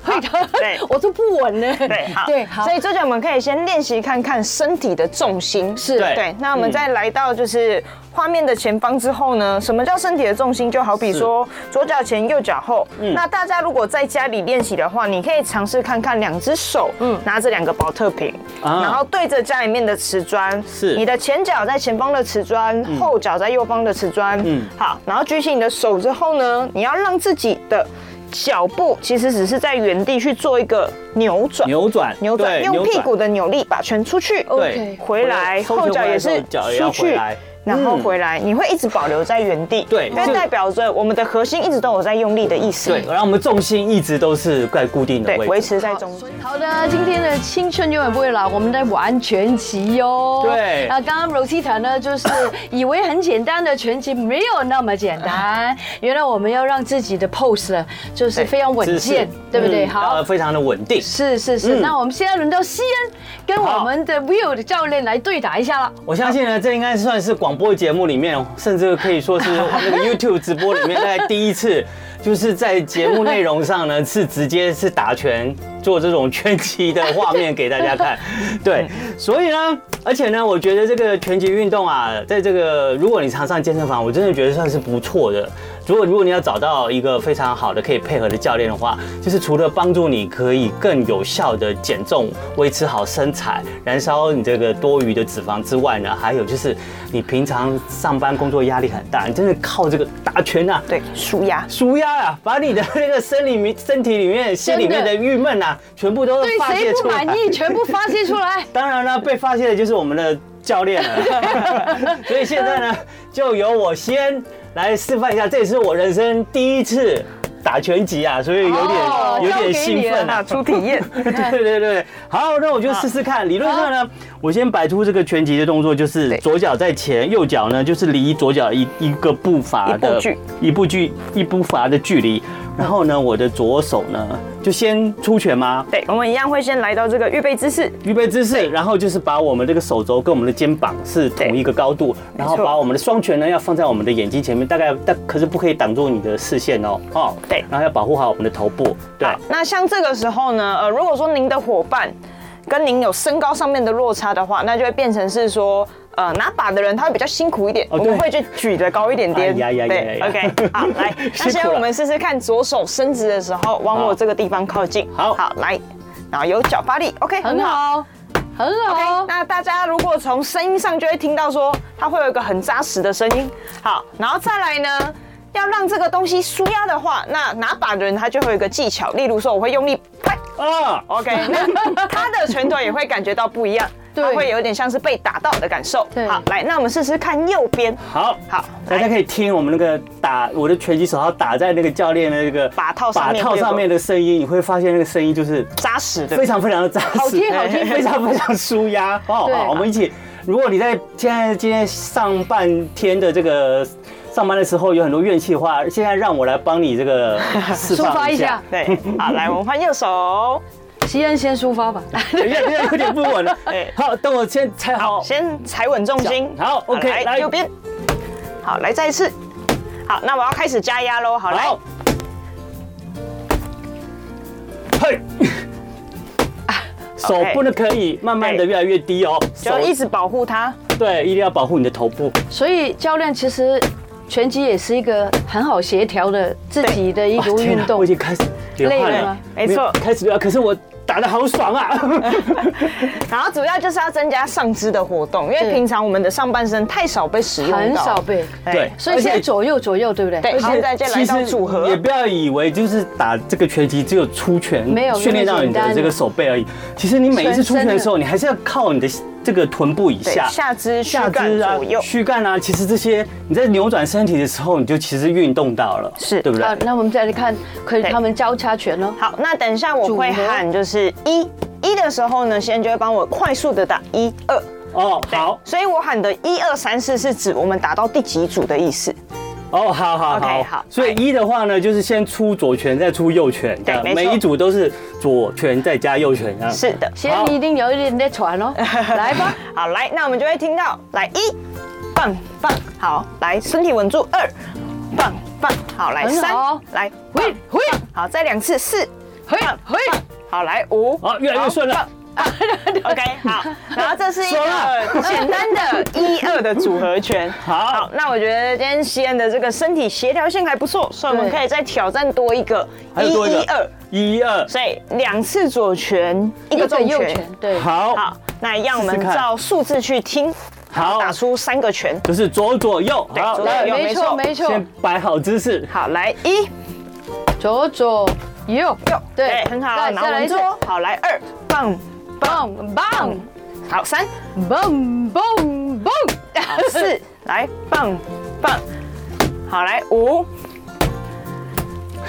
[SPEAKER 1] 嘿，嘿，
[SPEAKER 3] 对
[SPEAKER 1] 我都不稳呢。
[SPEAKER 3] 对，好，
[SPEAKER 1] 对，好
[SPEAKER 3] 所。以这就我们可以先练习看看身体的重心，嗯
[SPEAKER 1] 是
[SPEAKER 2] 对
[SPEAKER 3] 对。那我们再来到就是画面的前方之后呢，什么叫身体的重心？就好比说左脚前，右脚后。那大家如果在家里练习的话，你可以尝试看看两只手，嗯，拿着两个保特瓶，
[SPEAKER 2] 啊
[SPEAKER 3] 然后对着家里面的瓷砖，
[SPEAKER 2] 是
[SPEAKER 3] 你的前脚在前方的瓷砖，后脚在右方的瓷砖，嗯，好。然后举起你的手之后呢，你要让自己的脚步其实只是在原地去做一个扭转，
[SPEAKER 2] 扭转，
[SPEAKER 3] 扭转，
[SPEAKER 2] 对
[SPEAKER 3] 用屁股的扭力把拳出去，
[SPEAKER 2] 对
[SPEAKER 1] OK
[SPEAKER 3] 回
[SPEAKER 2] 回来
[SPEAKER 3] 来，后脚也
[SPEAKER 2] 收起来
[SPEAKER 3] 是
[SPEAKER 2] 的时候脚也要
[SPEAKER 3] 出
[SPEAKER 2] 回
[SPEAKER 3] 去
[SPEAKER 2] 来，嗯
[SPEAKER 3] 然后回来，你会一直保留在原地，
[SPEAKER 2] 对
[SPEAKER 3] 因为
[SPEAKER 2] 就
[SPEAKER 3] 代表着我们的核心一直都有在用力的意思，
[SPEAKER 2] 对，然后我们重心一直都是在固定的
[SPEAKER 3] 对，
[SPEAKER 2] 位
[SPEAKER 3] 维
[SPEAKER 2] 置。
[SPEAKER 3] 持在中间。
[SPEAKER 1] 好的，今天的青春永远不会老，我们在玩拳击哟。
[SPEAKER 2] 对
[SPEAKER 1] 那刚刚 Rosita 呢，就是以为很简单的拳击，没有那么简单。原来我们要让自己的 pose 呢，就是非常稳
[SPEAKER 2] 姿势
[SPEAKER 1] 健，对不对？
[SPEAKER 2] 嗯
[SPEAKER 1] 好
[SPEAKER 2] 要，非常的稳定。
[SPEAKER 1] 是是是。
[SPEAKER 2] 嗯
[SPEAKER 1] 那我们现在轮到西恩跟我们的 Will 的教练来对打一下了。
[SPEAKER 2] 我相信呢，这应该算是广播节目里面，哦甚至可以说是那个 YouTube 直播里面，大概第一次，就是在节目内容上呢，是直接是打拳做这种拳击的画面给大家看。对，所以呢，而且呢，我觉得这个拳击运动啊，在这个如果你常上健身房，我真的觉得算是不错的。如果如果你要找到一个非常好的可以配合的教练的话，就是除了帮助你可以更有效的减重、维持好身材、燃烧你这个多余的脂肪之外呢，还有就是你平常上班工作压力很大，你真的靠这个打拳啊，
[SPEAKER 3] 对，舒压。
[SPEAKER 2] 舒压啊，把你的那个生理面、身体里面、心里面的郁闷啊，全部都
[SPEAKER 1] 对
[SPEAKER 2] 发
[SPEAKER 1] 谁
[SPEAKER 2] 泄
[SPEAKER 1] 不
[SPEAKER 2] 出来。
[SPEAKER 1] 满意，全部发泄出来。
[SPEAKER 2] 当然了，被发现的就是我们的教练了。所以现在呢，就由我先来示范一下，这也是我人生第一次打拳击啊，所以有点、
[SPEAKER 1] 哦
[SPEAKER 2] 有
[SPEAKER 1] 交给
[SPEAKER 2] 点
[SPEAKER 1] 你
[SPEAKER 2] 兴奋
[SPEAKER 3] 打
[SPEAKER 2] 啊。
[SPEAKER 3] 出体验，
[SPEAKER 2] 对对对，好，那我就试试看。理论上呢，我先摆出这个拳击的动作，就是
[SPEAKER 3] 对
[SPEAKER 2] 左脚在前，右脚呢就是离左脚一一个步伐的
[SPEAKER 3] 一步距
[SPEAKER 2] 一步距一步伐的距离。然后呢，我的左手呢就先出拳吗？
[SPEAKER 3] 对，我们一样会先来到这个预备姿势，
[SPEAKER 2] 预备姿势，然后就是把我们这个手肘跟我们的肩膀是同一个高度，然后
[SPEAKER 3] 没错
[SPEAKER 2] 把我们的双拳呢要放在我们的眼睛前面，大概但可是不可以挡住你的视线哦，哦，
[SPEAKER 3] 对
[SPEAKER 2] 然后要保护好我们的头部，对
[SPEAKER 3] 好，那像这个时候呢，呃，如果说您的伙伴跟您有身高上面的落差的话，那就会变成是说。呃，拿把的人他会比较辛苦一点，
[SPEAKER 2] 哦
[SPEAKER 3] 我们会去举得高一点点。
[SPEAKER 2] 哎呀呀呀呀
[SPEAKER 3] 对
[SPEAKER 2] 呀
[SPEAKER 3] ，OK，好，来，那
[SPEAKER 2] 辛苦
[SPEAKER 3] 现
[SPEAKER 2] 了
[SPEAKER 3] 在我们试试看，左手伸直的时候往
[SPEAKER 2] 好
[SPEAKER 3] 我这个地方靠近。
[SPEAKER 2] 好
[SPEAKER 3] 好，来，然后有脚发力，OK，
[SPEAKER 1] 很。好，很
[SPEAKER 3] OK，
[SPEAKER 1] 好。
[SPEAKER 3] 那大家如果从声音上就会听到说，它会有一个很扎实的声音。好，然后再来呢，要让这个东西舒压的话，那拿把的人他就会有一个技巧，例如说我会用力拍
[SPEAKER 2] 啊，
[SPEAKER 3] ，OK，那他的拳头也会感觉到不一样，
[SPEAKER 1] 对
[SPEAKER 3] 他会有点像是被打到的感受。
[SPEAKER 1] 对
[SPEAKER 3] 好，来，那我们试试看右边，
[SPEAKER 2] 好
[SPEAKER 3] 好
[SPEAKER 2] 大家
[SPEAKER 3] 来
[SPEAKER 2] 可以听我们那个打我的拳击手套打在那个教练的那个
[SPEAKER 3] 把套上面
[SPEAKER 2] 把套上面的声音，你会发现那个声音就是
[SPEAKER 3] 扎实的
[SPEAKER 2] 非。常非常的扎实，哎
[SPEAKER 1] 好听好听
[SPEAKER 2] 非常非常舒压哦。
[SPEAKER 1] 对
[SPEAKER 2] 好，我们一起，如果你在现在今天上半天的这个上班的时候有很多怨气的话，现在让我来帮你这个释
[SPEAKER 1] 抒发
[SPEAKER 2] 放
[SPEAKER 1] 一
[SPEAKER 2] 一
[SPEAKER 1] 下
[SPEAKER 2] 下。
[SPEAKER 3] 对，好，来，我们换右手，
[SPEAKER 1] 西恩先抒发吧。
[SPEAKER 2] 等一下，等一下有点不稳了
[SPEAKER 3] 哎。
[SPEAKER 2] 好，等我先踩好。
[SPEAKER 3] 先踩稳重心。
[SPEAKER 2] 好，OK，来
[SPEAKER 3] 来右边，好，来再一次。好，那我要开始加压喽。好，来
[SPEAKER 2] 好。，嘿，手
[SPEAKER 3] OK
[SPEAKER 2] 不能可以慢慢的
[SPEAKER 3] 对
[SPEAKER 2] 越来越低哦，手
[SPEAKER 3] 就一直保护它。
[SPEAKER 2] 对，一定要保护你的头部。
[SPEAKER 1] 所以教练其实拳击也是一个很好协调的自己的一
[SPEAKER 2] 哇
[SPEAKER 1] 种
[SPEAKER 2] 天
[SPEAKER 1] 运
[SPEAKER 2] 哪
[SPEAKER 1] 动
[SPEAKER 2] 我已。经开始流汗
[SPEAKER 1] 累了
[SPEAKER 2] 了
[SPEAKER 1] 吗，
[SPEAKER 3] 没
[SPEAKER 2] 有
[SPEAKER 3] 错
[SPEAKER 2] 开始流汗，可是我打的好爽 啊！
[SPEAKER 3] 然后主要就是要增加上肢的活动，因为
[SPEAKER 1] 对
[SPEAKER 3] 平常我们的上半身太少被使用到，哎
[SPEAKER 1] 很少被
[SPEAKER 2] 对
[SPEAKER 1] 所以现在左右左右，对不对？
[SPEAKER 3] 对
[SPEAKER 2] 而且
[SPEAKER 3] 好再来到组合
[SPEAKER 2] 其实也不要以为就是打这个拳击只有出拳，
[SPEAKER 1] 没有
[SPEAKER 2] 训练到
[SPEAKER 1] 那
[SPEAKER 2] 你
[SPEAKER 1] 么简
[SPEAKER 2] 的
[SPEAKER 1] 单
[SPEAKER 2] 这个手背而已。其实你每一次出拳的时候，你还是要靠你的这个臀部以
[SPEAKER 3] 对
[SPEAKER 2] 下。
[SPEAKER 3] 下肢、躯
[SPEAKER 2] 下
[SPEAKER 3] 干
[SPEAKER 2] 肢啊
[SPEAKER 3] 左右，。
[SPEAKER 2] 躯干啊，其实这些你在扭转身体的时候，你就其实运动到了，
[SPEAKER 3] 是呃
[SPEAKER 2] 对不对
[SPEAKER 1] 好，？那我们再来看，可以
[SPEAKER 3] 对
[SPEAKER 1] 他们交叉拳哦。
[SPEAKER 3] 好，那等一下我会
[SPEAKER 1] 组合
[SPEAKER 3] 喊就是一一的时候呢，先就会帮我快速的打一二。
[SPEAKER 2] 哦，好，
[SPEAKER 3] 所以我喊的一二三四是指我们打到第几组的意思。
[SPEAKER 2] 哦，好好
[SPEAKER 3] OK，
[SPEAKER 2] 好
[SPEAKER 3] 好。
[SPEAKER 2] 所以一的话呢，就是先出左拳，再出右拳，
[SPEAKER 3] 对没错
[SPEAKER 2] 每一组都是左拳再加右拳这样。
[SPEAKER 3] 是的，
[SPEAKER 1] 现在你一定有一点在喘哦，来吧，
[SPEAKER 3] 好，来，那我们就会听到，来一，棒棒，好，来身体稳住，二，棒棒，好，来
[SPEAKER 1] 很
[SPEAKER 3] 三
[SPEAKER 1] 好，
[SPEAKER 3] 来
[SPEAKER 1] 嘿
[SPEAKER 3] 会
[SPEAKER 1] 嘿
[SPEAKER 3] 好，再两次四，
[SPEAKER 1] 嘿嘿，
[SPEAKER 3] 好，来五，
[SPEAKER 2] 好哦越来越
[SPEAKER 3] 好
[SPEAKER 2] 顺了
[SPEAKER 3] 棒啊 OK，好，然后这是一
[SPEAKER 2] 说了
[SPEAKER 3] 个简单 的一二的组合拳。
[SPEAKER 2] 好，
[SPEAKER 3] 那我觉得今天西恩的这个身体协调性还不错，所以我们
[SPEAKER 1] 对
[SPEAKER 3] 可以再挑战多一个
[SPEAKER 2] 还有多一个
[SPEAKER 3] 二，
[SPEAKER 2] 一二，
[SPEAKER 3] 所以两次左拳，一个
[SPEAKER 1] 一个
[SPEAKER 3] 重
[SPEAKER 1] 右
[SPEAKER 3] 拳
[SPEAKER 1] 拳。，对，
[SPEAKER 2] 好，
[SPEAKER 3] 好，那让我
[SPEAKER 2] 试
[SPEAKER 3] 们
[SPEAKER 2] 试看
[SPEAKER 3] 照数字去听，
[SPEAKER 2] 好
[SPEAKER 3] 打出三个拳。
[SPEAKER 2] 就是左左右，
[SPEAKER 3] 对
[SPEAKER 2] 好，
[SPEAKER 3] 左右
[SPEAKER 2] 来，
[SPEAKER 3] 有
[SPEAKER 1] 没
[SPEAKER 3] 没
[SPEAKER 1] 错
[SPEAKER 3] 错
[SPEAKER 1] 没错，
[SPEAKER 2] 先摆好姿势，
[SPEAKER 3] 好，来一
[SPEAKER 1] 左左右
[SPEAKER 3] 右，
[SPEAKER 1] 对，
[SPEAKER 3] 很好，
[SPEAKER 1] 再
[SPEAKER 3] 拿
[SPEAKER 1] 再来
[SPEAKER 3] 稳
[SPEAKER 1] 一次
[SPEAKER 3] 住，，好，来二棒，
[SPEAKER 1] 棒棒
[SPEAKER 3] 好三，
[SPEAKER 1] 蹦蹦蹦，
[SPEAKER 3] 好 四，来棒棒，好来五。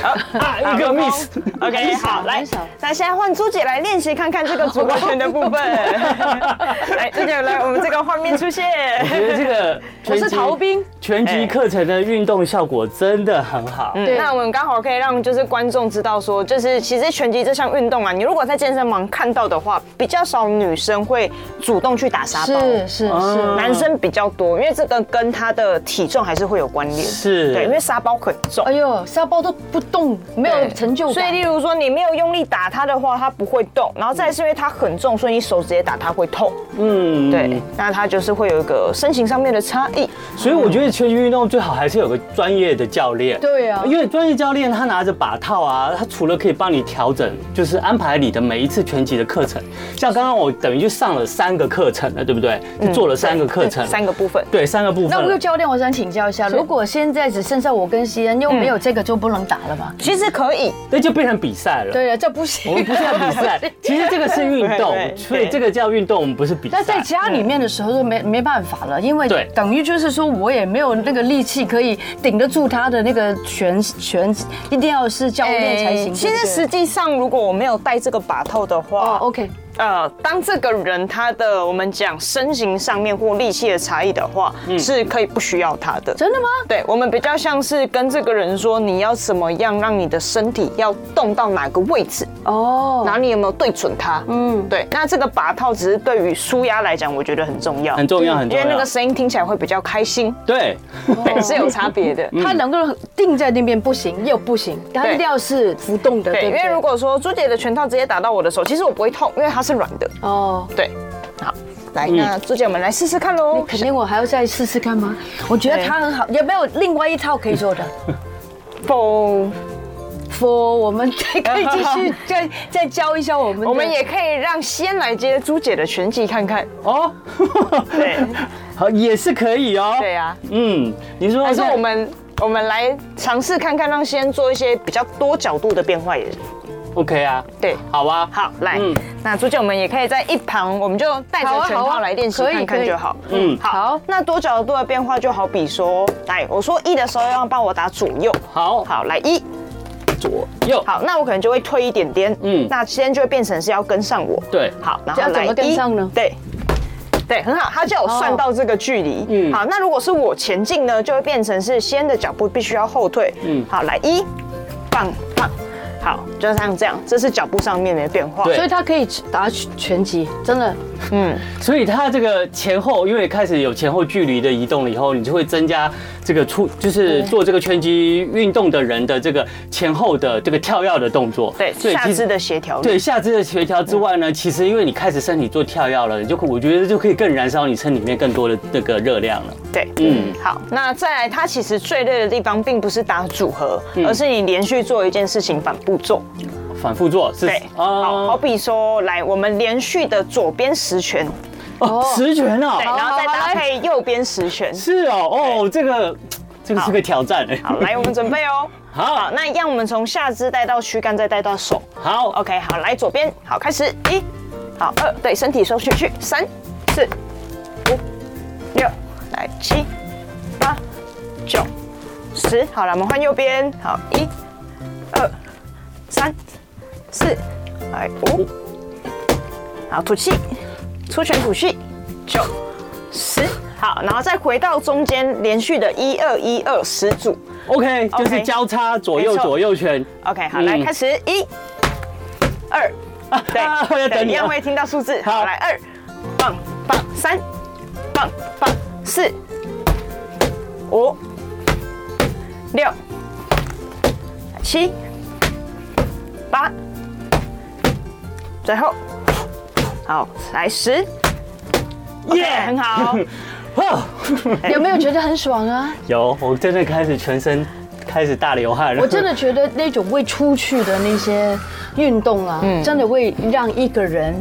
[SPEAKER 2] 啊，一个 miss，
[SPEAKER 3] OK，好，来，那现在换朱姐来练习看看这个主播拳的部分。来，朱姐来，我们这个画面出
[SPEAKER 2] 我觉
[SPEAKER 3] 现。嗯
[SPEAKER 2] 得这 个
[SPEAKER 1] 我是
[SPEAKER 2] 拳击
[SPEAKER 1] 逃兵，
[SPEAKER 2] 拳
[SPEAKER 3] 哎
[SPEAKER 2] 击课程的运动效果真的很好。
[SPEAKER 1] 对
[SPEAKER 3] 那我们刚好可以让就是观众知道说，就是其实拳击这项运动啊，你如果在健身房看到的话，比较少女生会主动去打沙包。
[SPEAKER 1] 是是
[SPEAKER 2] 嗯
[SPEAKER 1] 是，
[SPEAKER 3] 男生比较多，因为这个跟他的体重还是会有关联。
[SPEAKER 2] 是
[SPEAKER 3] 对，因为沙包很重
[SPEAKER 1] 哎。呦，沙包都不动，没有
[SPEAKER 3] 对
[SPEAKER 1] 成就
[SPEAKER 3] 所以，
[SPEAKER 1] 感
[SPEAKER 3] 例，如说你没有用力打它的话，它不会动。然后再来是因为它很重，所以你手直接打它会痛。
[SPEAKER 2] 嗯，
[SPEAKER 3] 对，那它就是会有一个身形上面的差异。
[SPEAKER 2] 所以我觉得拳击运动最好还是有个专业的教练。
[SPEAKER 1] 对啊
[SPEAKER 2] 因为专业教练他拿着把套啊，他除了可以帮你调整，就是安排你的每一次拳击的课程。像刚刚我等于就上了三个课程了，对不对？就做了三个课程，
[SPEAKER 3] 嗯三个部分。
[SPEAKER 2] 对三个部
[SPEAKER 1] 那
[SPEAKER 2] 分
[SPEAKER 1] 吴
[SPEAKER 2] 了
[SPEAKER 1] 个。教练，我想请教一下，如果现在只剩下我跟西恩，又没有这个，就不能打了嘛？
[SPEAKER 3] 其实可以，
[SPEAKER 2] 那就变成比赛了。
[SPEAKER 1] 对啊，这不
[SPEAKER 2] 我
[SPEAKER 1] 行
[SPEAKER 2] 们。不是要 比赛，其实这个是运动
[SPEAKER 3] 对，对
[SPEAKER 2] 所以这个叫运动，我们不是比赛。
[SPEAKER 1] 那在家里面的时候就没没办法了，因为
[SPEAKER 2] 对
[SPEAKER 1] 等于就是说我也没有那个力气可以顶得住他的那个拳拳，一定要是教练才行。
[SPEAKER 3] 哎其
[SPEAKER 1] 对
[SPEAKER 3] 实
[SPEAKER 1] 不对
[SPEAKER 3] 实际上，如果我没有带这个把套的
[SPEAKER 1] 哦
[SPEAKER 3] 话，
[SPEAKER 1] ，OK，
[SPEAKER 3] 呃，当这个人他的我们讲身形上面或力气的差异的话，
[SPEAKER 2] 嗯
[SPEAKER 3] 是可以不需要他的。
[SPEAKER 1] 真的吗？
[SPEAKER 3] 对我们比较像是跟这个人说，你要怎么样让你的身体要动到哪个位置，然
[SPEAKER 1] 哦，
[SPEAKER 3] 后你有没有对准它？嗯，对。那这个把套只是对于舒压来讲，我觉得很重要，
[SPEAKER 2] 很重要，很
[SPEAKER 3] 因
[SPEAKER 2] 重
[SPEAKER 3] 为那
[SPEAKER 2] 要
[SPEAKER 3] 个。声音听起来会比较开心，
[SPEAKER 2] 对，
[SPEAKER 3] 对， 是有差别的。
[SPEAKER 1] 他能够定在那边不行又不行，他
[SPEAKER 3] 嗯对
[SPEAKER 1] 一定要是浮动的，
[SPEAKER 3] 对，
[SPEAKER 1] 对
[SPEAKER 3] 因
[SPEAKER 1] 不对？
[SPEAKER 3] 为如果说朱姐的拳套直接打到我的手，其实我不会痛，因为它是软的。
[SPEAKER 1] 哦，
[SPEAKER 3] 对，好，来，那朱姐，我们来试试看喽。
[SPEAKER 1] 肯定我还要再试试看吗？我觉得他很好，有没有另外一套可以 做的
[SPEAKER 3] 嘣，
[SPEAKER 1] ？For 我们再可以继 续再再教一下我们的，
[SPEAKER 3] 我们也可以让先来接朱姐的拳击看看。
[SPEAKER 2] 哦，
[SPEAKER 3] 对，
[SPEAKER 2] 好，也是可以哦。
[SPEAKER 3] 对啊，
[SPEAKER 2] 嗯，你说
[SPEAKER 3] 还是
[SPEAKER 2] 在
[SPEAKER 3] 我们我们来尝试看看，让先做一些比较多角度的变化也
[SPEAKER 2] OK 啊？
[SPEAKER 3] 对。
[SPEAKER 2] 好啊，
[SPEAKER 3] 好，来，
[SPEAKER 2] 嗯
[SPEAKER 3] 那朱姐，我们也可以在一旁，我们就带
[SPEAKER 1] 好
[SPEAKER 3] 着
[SPEAKER 1] 啊
[SPEAKER 3] 拳
[SPEAKER 1] 好啊
[SPEAKER 3] 套来练习
[SPEAKER 1] 可以
[SPEAKER 3] 看
[SPEAKER 1] 可
[SPEAKER 3] 看
[SPEAKER 1] 以
[SPEAKER 3] 就好。
[SPEAKER 2] 嗯
[SPEAKER 1] 好
[SPEAKER 3] 那多角度的变化就好比说，来，我说一的时候要帮我打左右，
[SPEAKER 2] 好，
[SPEAKER 3] 好，来一，
[SPEAKER 2] 左右，
[SPEAKER 3] 好，那我可能就会退一点点，
[SPEAKER 2] 嗯
[SPEAKER 3] 嗯，那今天就会变成是要跟上我，
[SPEAKER 2] 对
[SPEAKER 3] 好，然
[SPEAKER 1] 这
[SPEAKER 3] 后
[SPEAKER 1] 样怎么
[SPEAKER 3] 来
[SPEAKER 1] 跟
[SPEAKER 3] 一
[SPEAKER 1] 上呢
[SPEAKER 3] 对。对，很好，他就有算到这个距离。
[SPEAKER 2] 嗯
[SPEAKER 3] 嗯，好，那如果是我前进呢，就会变成是先的脚步必须要后退。
[SPEAKER 2] 嗯
[SPEAKER 3] 嗯，好，来一，棒棒，好，就像这样，这是脚步上面的变化。
[SPEAKER 2] 对
[SPEAKER 1] 所以他可以打拳击，真的
[SPEAKER 3] 嗯，
[SPEAKER 2] 所以它这个前后，因为开始有前后距离的移动了以后，你就会增加这个出，就是做这个拳击运动的人的这个前后的这个跳跃的动作，
[SPEAKER 3] 对，
[SPEAKER 2] 所以
[SPEAKER 3] 下
[SPEAKER 2] 其
[SPEAKER 3] 肢
[SPEAKER 2] 实
[SPEAKER 3] 的协调力。
[SPEAKER 2] 对下肢的协调之外呢，其实因为你开始身体做跳跃了，你就我觉得就可以更燃烧你身体里面更多的那个热量了。
[SPEAKER 3] 对，
[SPEAKER 2] 嗯
[SPEAKER 3] 嗯，好，那再来，它其实最累的地方并不是打组合，
[SPEAKER 2] 嗯
[SPEAKER 3] 而是你连续做一件事情反复做。
[SPEAKER 2] 反复做是啊哦
[SPEAKER 3] 对，好，好比说，来，我们连续的左边十拳，
[SPEAKER 2] 哦，十拳哦
[SPEAKER 3] 对，，然后再搭配右边十拳。
[SPEAKER 2] 是哦，哦，这个这个是个挑战哎，
[SPEAKER 3] 好，来，我们准备哦。好，
[SPEAKER 2] 好
[SPEAKER 3] 那让我们从下肢带到躯干，再带到手。
[SPEAKER 2] 好
[SPEAKER 3] OK，好，来左边，好，开始一，好二，对，身体收起去，三，四，五，六，来七，八，九，十，好了，我们换右边，好一，二，三，四，来五，好吐气，出拳吐气，九，十，好，然后再回到中间，连续的一二一二十组。
[SPEAKER 2] ，OK，就是
[SPEAKER 3] OK
[SPEAKER 2] 交叉左右
[SPEAKER 3] 没错
[SPEAKER 2] 左右拳。
[SPEAKER 3] OK，好，
[SPEAKER 2] 嗯
[SPEAKER 3] 来开始，一、二，
[SPEAKER 2] 啊 我要
[SPEAKER 3] 对，
[SPEAKER 2] 等
[SPEAKER 3] 对，
[SPEAKER 2] 你
[SPEAKER 3] 一
[SPEAKER 2] 啊
[SPEAKER 3] 样会听到数字。
[SPEAKER 2] 好
[SPEAKER 3] 好，来二，棒棒，三，棒棒，四，五，六，七、八，最后，好，来十，耶，很好。
[SPEAKER 2] 哦，
[SPEAKER 3] 哎
[SPEAKER 1] 有没有觉得很爽 啊？
[SPEAKER 2] 有，我真的开始全身开始大流汗了。
[SPEAKER 1] 我真的觉得那种会出去的那些运动啊，
[SPEAKER 3] 嗯
[SPEAKER 1] 真的会让一个人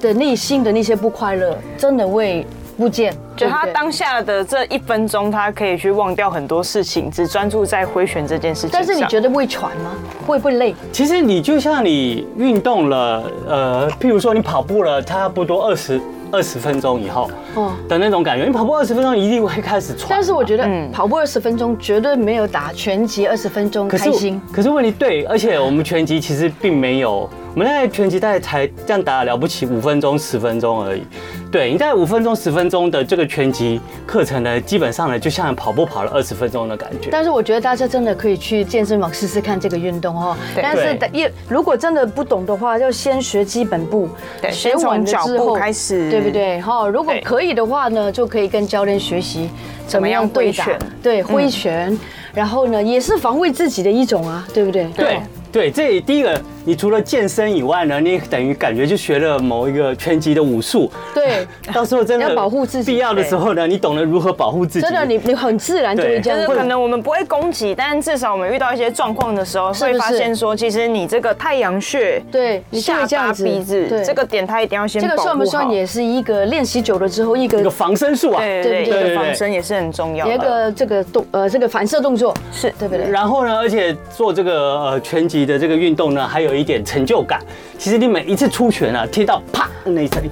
[SPEAKER 1] 的内心的那些不快乐，真的会不见。
[SPEAKER 3] 就
[SPEAKER 1] 对不
[SPEAKER 3] 他
[SPEAKER 1] 对
[SPEAKER 3] 当下的这一分钟，他可以去忘掉很多事情，只专注在挥拳这件事情上。
[SPEAKER 1] 但是你觉
[SPEAKER 3] 得
[SPEAKER 1] 得会喘吗？会不会累？
[SPEAKER 2] 其实你就像你运动了，呃，譬如说你跑步了，差不多二十二十分钟以后
[SPEAKER 1] 哦
[SPEAKER 2] 的那种感觉，你跑步二十分钟一定会开始喘。
[SPEAKER 1] 但是我觉得
[SPEAKER 3] 嗯
[SPEAKER 1] 跑步二十分钟绝对没有打拳击二十分钟
[SPEAKER 2] 可是
[SPEAKER 1] 开心。
[SPEAKER 2] 可是问题对，而且我们拳击其实并没有，我们那拳击大概才这样打了不起五分钟十分钟而已。对你在五分钟十分钟的这个拳击课程呢，基本上呢就像跑步跑了二十分钟的感觉。
[SPEAKER 1] 但是我觉得大家真的可以去健身房试试看这个运动哦。
[SPEAKER 3] 对
[SPEAKER 1] 但是也如果真的不懂的话，要先学基本步，
[SPEAKER 3] 对
[SPEAKER 1] 学
[SPEAKER 3] 先从
[SPEAKER 1] 完了
[SPEAKER 3] 脚
[SPEAKER 1] 之
[SPEAKER 3] 步
[SPEAKER 1] 后
[SPEAKER 3] 开始
[SPEAKER 1] 对不对？哈，如果
[SPEAKER 3] 对
[SPEAKER 1] 可以的话呢，就可以跟教练学习怎么样对打
[SPEAKER 3] 怎么样挥拳，嗯
[SPEAKER 1] 对挥拳，然后呢也是防卫自己的一种啊，对不对？
[SPEAKER 2] 对对，这里第一个，你除了健身以外呢，你等于感觉就学了某一个拳击的武术。
[SPEAKER 1] 对，
[SPEAKER 2] 到时候真的
[SPEAKER 1] 要保护自己
[SPEAKER 2] 必要的时候呢，你懂得如何保护自己。
[SPEAKER 1] 真的你你很自然就会
[SPEAKER 2] 对
[SPEAKER 1] 这
[SPEAKER 3] 就
[SPEAKER 1] 样
[SPEAKER 3] 是
[SPEAKER 1] 做
[SPEAKER 3] 可能我们不会攻击，但至少我们遇到一些状况的时候，
[SPEAKER 1] 是不
[SPEAKER 3] 会
[SPEAKER 1] 是
[SPEAKER 3] 发现说，其实你这个太阳穴、
[SPEAKER 1] 对你就会
[SPEAKER 3] 下
[SPEAKER 1] 这样
[SPEAKER 3] 巴、
[SPEAKER 1] 子对
[SPEAKER 3] 鼻子这个点，它一定要先
[SPEAKER 1] 这个
[SPEAKER 3] 保护好。
[SPEAKER 1] 算不算也是一个练习久了之后一
[SPEAKER 2] 一个
[SPEAKER 1] 个
[SPEAKER 2] 防身术啊。
[SPEAKER 3] 对对
[SPEAKER 1] 对对
[SPEAKER 3] 对，一
[SPEAKER 2] 对
[SPEAKER 3] 个防身也是很重要的。
[SPEAKER 1] 一个这个动呃这个反射动作，
[SPEAKER 3] 是
[SPEAKER 1] 对不对？
[SPEAKER 2] 然后呢，而且做这个呃拳击的这个运动呢，还有一点成就感。其实你每一次出拳啊，踢到啪那一声，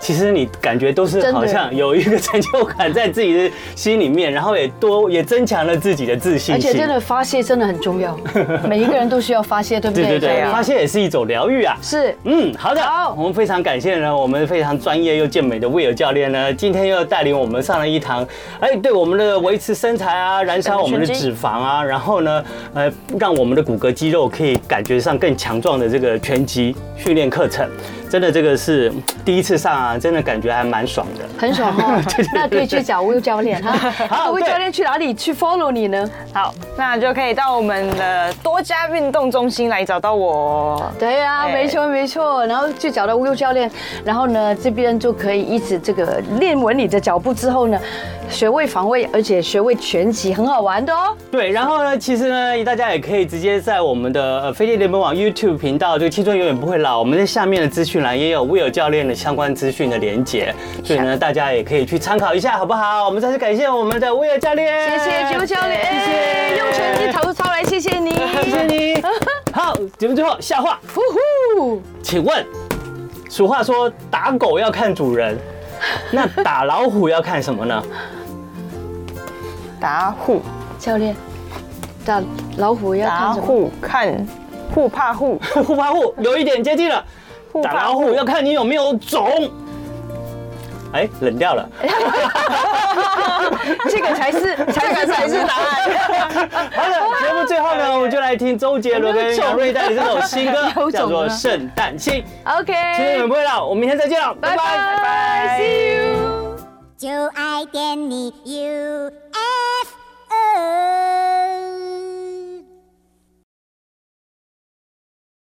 [SPEAKER 2] 其实你感觉都是
[SPEAKER 1] 真的
[SPEAKER 2] 好像有一个成就感在自己的心里面，然后也多也增强了自己的自信
[SPEAKER 1] 而且
[SPEAKER 2] 心
[SPEAKER 1] 真。的发泄真的很重 要，每一个人都需要发泄，对不
[SPEAKER 2] 对
[SPEAKER 1] 对？
[SPEAKER 2] 对
[SPEAKER 1] 教
[SPEAKER 2] 对，
[SPEAKER 1] 练
[SPEAKER 2] 发泄也是一种疗愈啊。
[SPEAKER 1] 是。
[SPEAKER 2] 嗯，好的，
[SPEAKER 1] 好
[SPEAKER 2] 我们非常感谢呢，我们非常专业又健美的威尔教练呢，今天又带领我们上了一堂，哎，对我们的维持身材啊，燃烧我们的
[SPEAKER 3] 全身
[SPEAKER 2] 脂肪啊，然后呢，呃，让我们的骨骼肌肉可以感觉上更强壮的这个拳击训练课程，真的这个是嗯第一次上啊，真的感觉还蛮爽的。
[SPEAKER 1] 很爽 哦，那可以去找 Will 教练哈。那 Will
[SPEAKER 2] 对
[SPEAKER 1] 教练去哪里去 follow 你呢？
[SPEAKER 3] 好，那就可以到我们的多家运动中心来找到我哦。
[SPEAKER 1] 对啊，
[SPEAKER 3] 对
[SPEAKER 1] 没错没错。然后去找到 Will 教练，然后呢，这边就可以一直这个练稳你的脚步之后呢，学会防卫，而且学会拳击，很好玩的哦。
[SPEAKER 2] 对，然后呢，其实呢，大家也可以直接在我们的呃飞碟联盟网 YouTube 频道，这个青春永远不会老，我们在下面的资讯栏也有 Will 教练的相关资讯的连接，所以呢，大家也可以去参考一下，好不好？我们再次感谢我们的 Will 教练，
[SPEAKER 1] 谢谢 Will 教练，
[SPEAKER 2] 谢谢，
[SPEAKER 1] 用拳击，投超来，谢谢你，
[SPEAKER 2] 谢谢你。好，节目最后下话，
[SPEAKER 1] 呼呼。
[SPEAKER 2] 请问，俗话说打狗要看主人，那打老虎要看什么呢？
[SPEAKER 3] 打虎，
[SPEAKER 1] 教练，打老虎要
[SPEAKER 3] 打
[SPEAKER 1] 看什么？
[SPEAKER 3] 虎看，虎怕虎，
[SPEAKER 2] 互怕互有一点接近了。
[SPEAKER 3] 虎
[SPEAKER 2] 打
[SPEAKER 3] 怕
[SPEAKER 2] 老虎要看你有没有种。哎，冷掉了。
[SPEAKER 1] 这个才是，才是才是答案。
[SPEAKER 2] 好了，节目最后呢，我们就来听周杰伦跟杨瑞带的这首新
[SPEAKER 1] 有种
[SPEAKER 2] 歌，
[SPEAKER 1] 啊
[SPEAKER 2] 叫做《圣诞星》。
[SPEAKER 1] OK，
[SPEAKER 2] 今天也不会了，我们明天再见了，
[SPEAKER 1] 拜
[SPEAKER 2] 拜拜。
[SPEAKER 1] 拜，See you。
[SPEAKER 4] 就爱点你 UFO。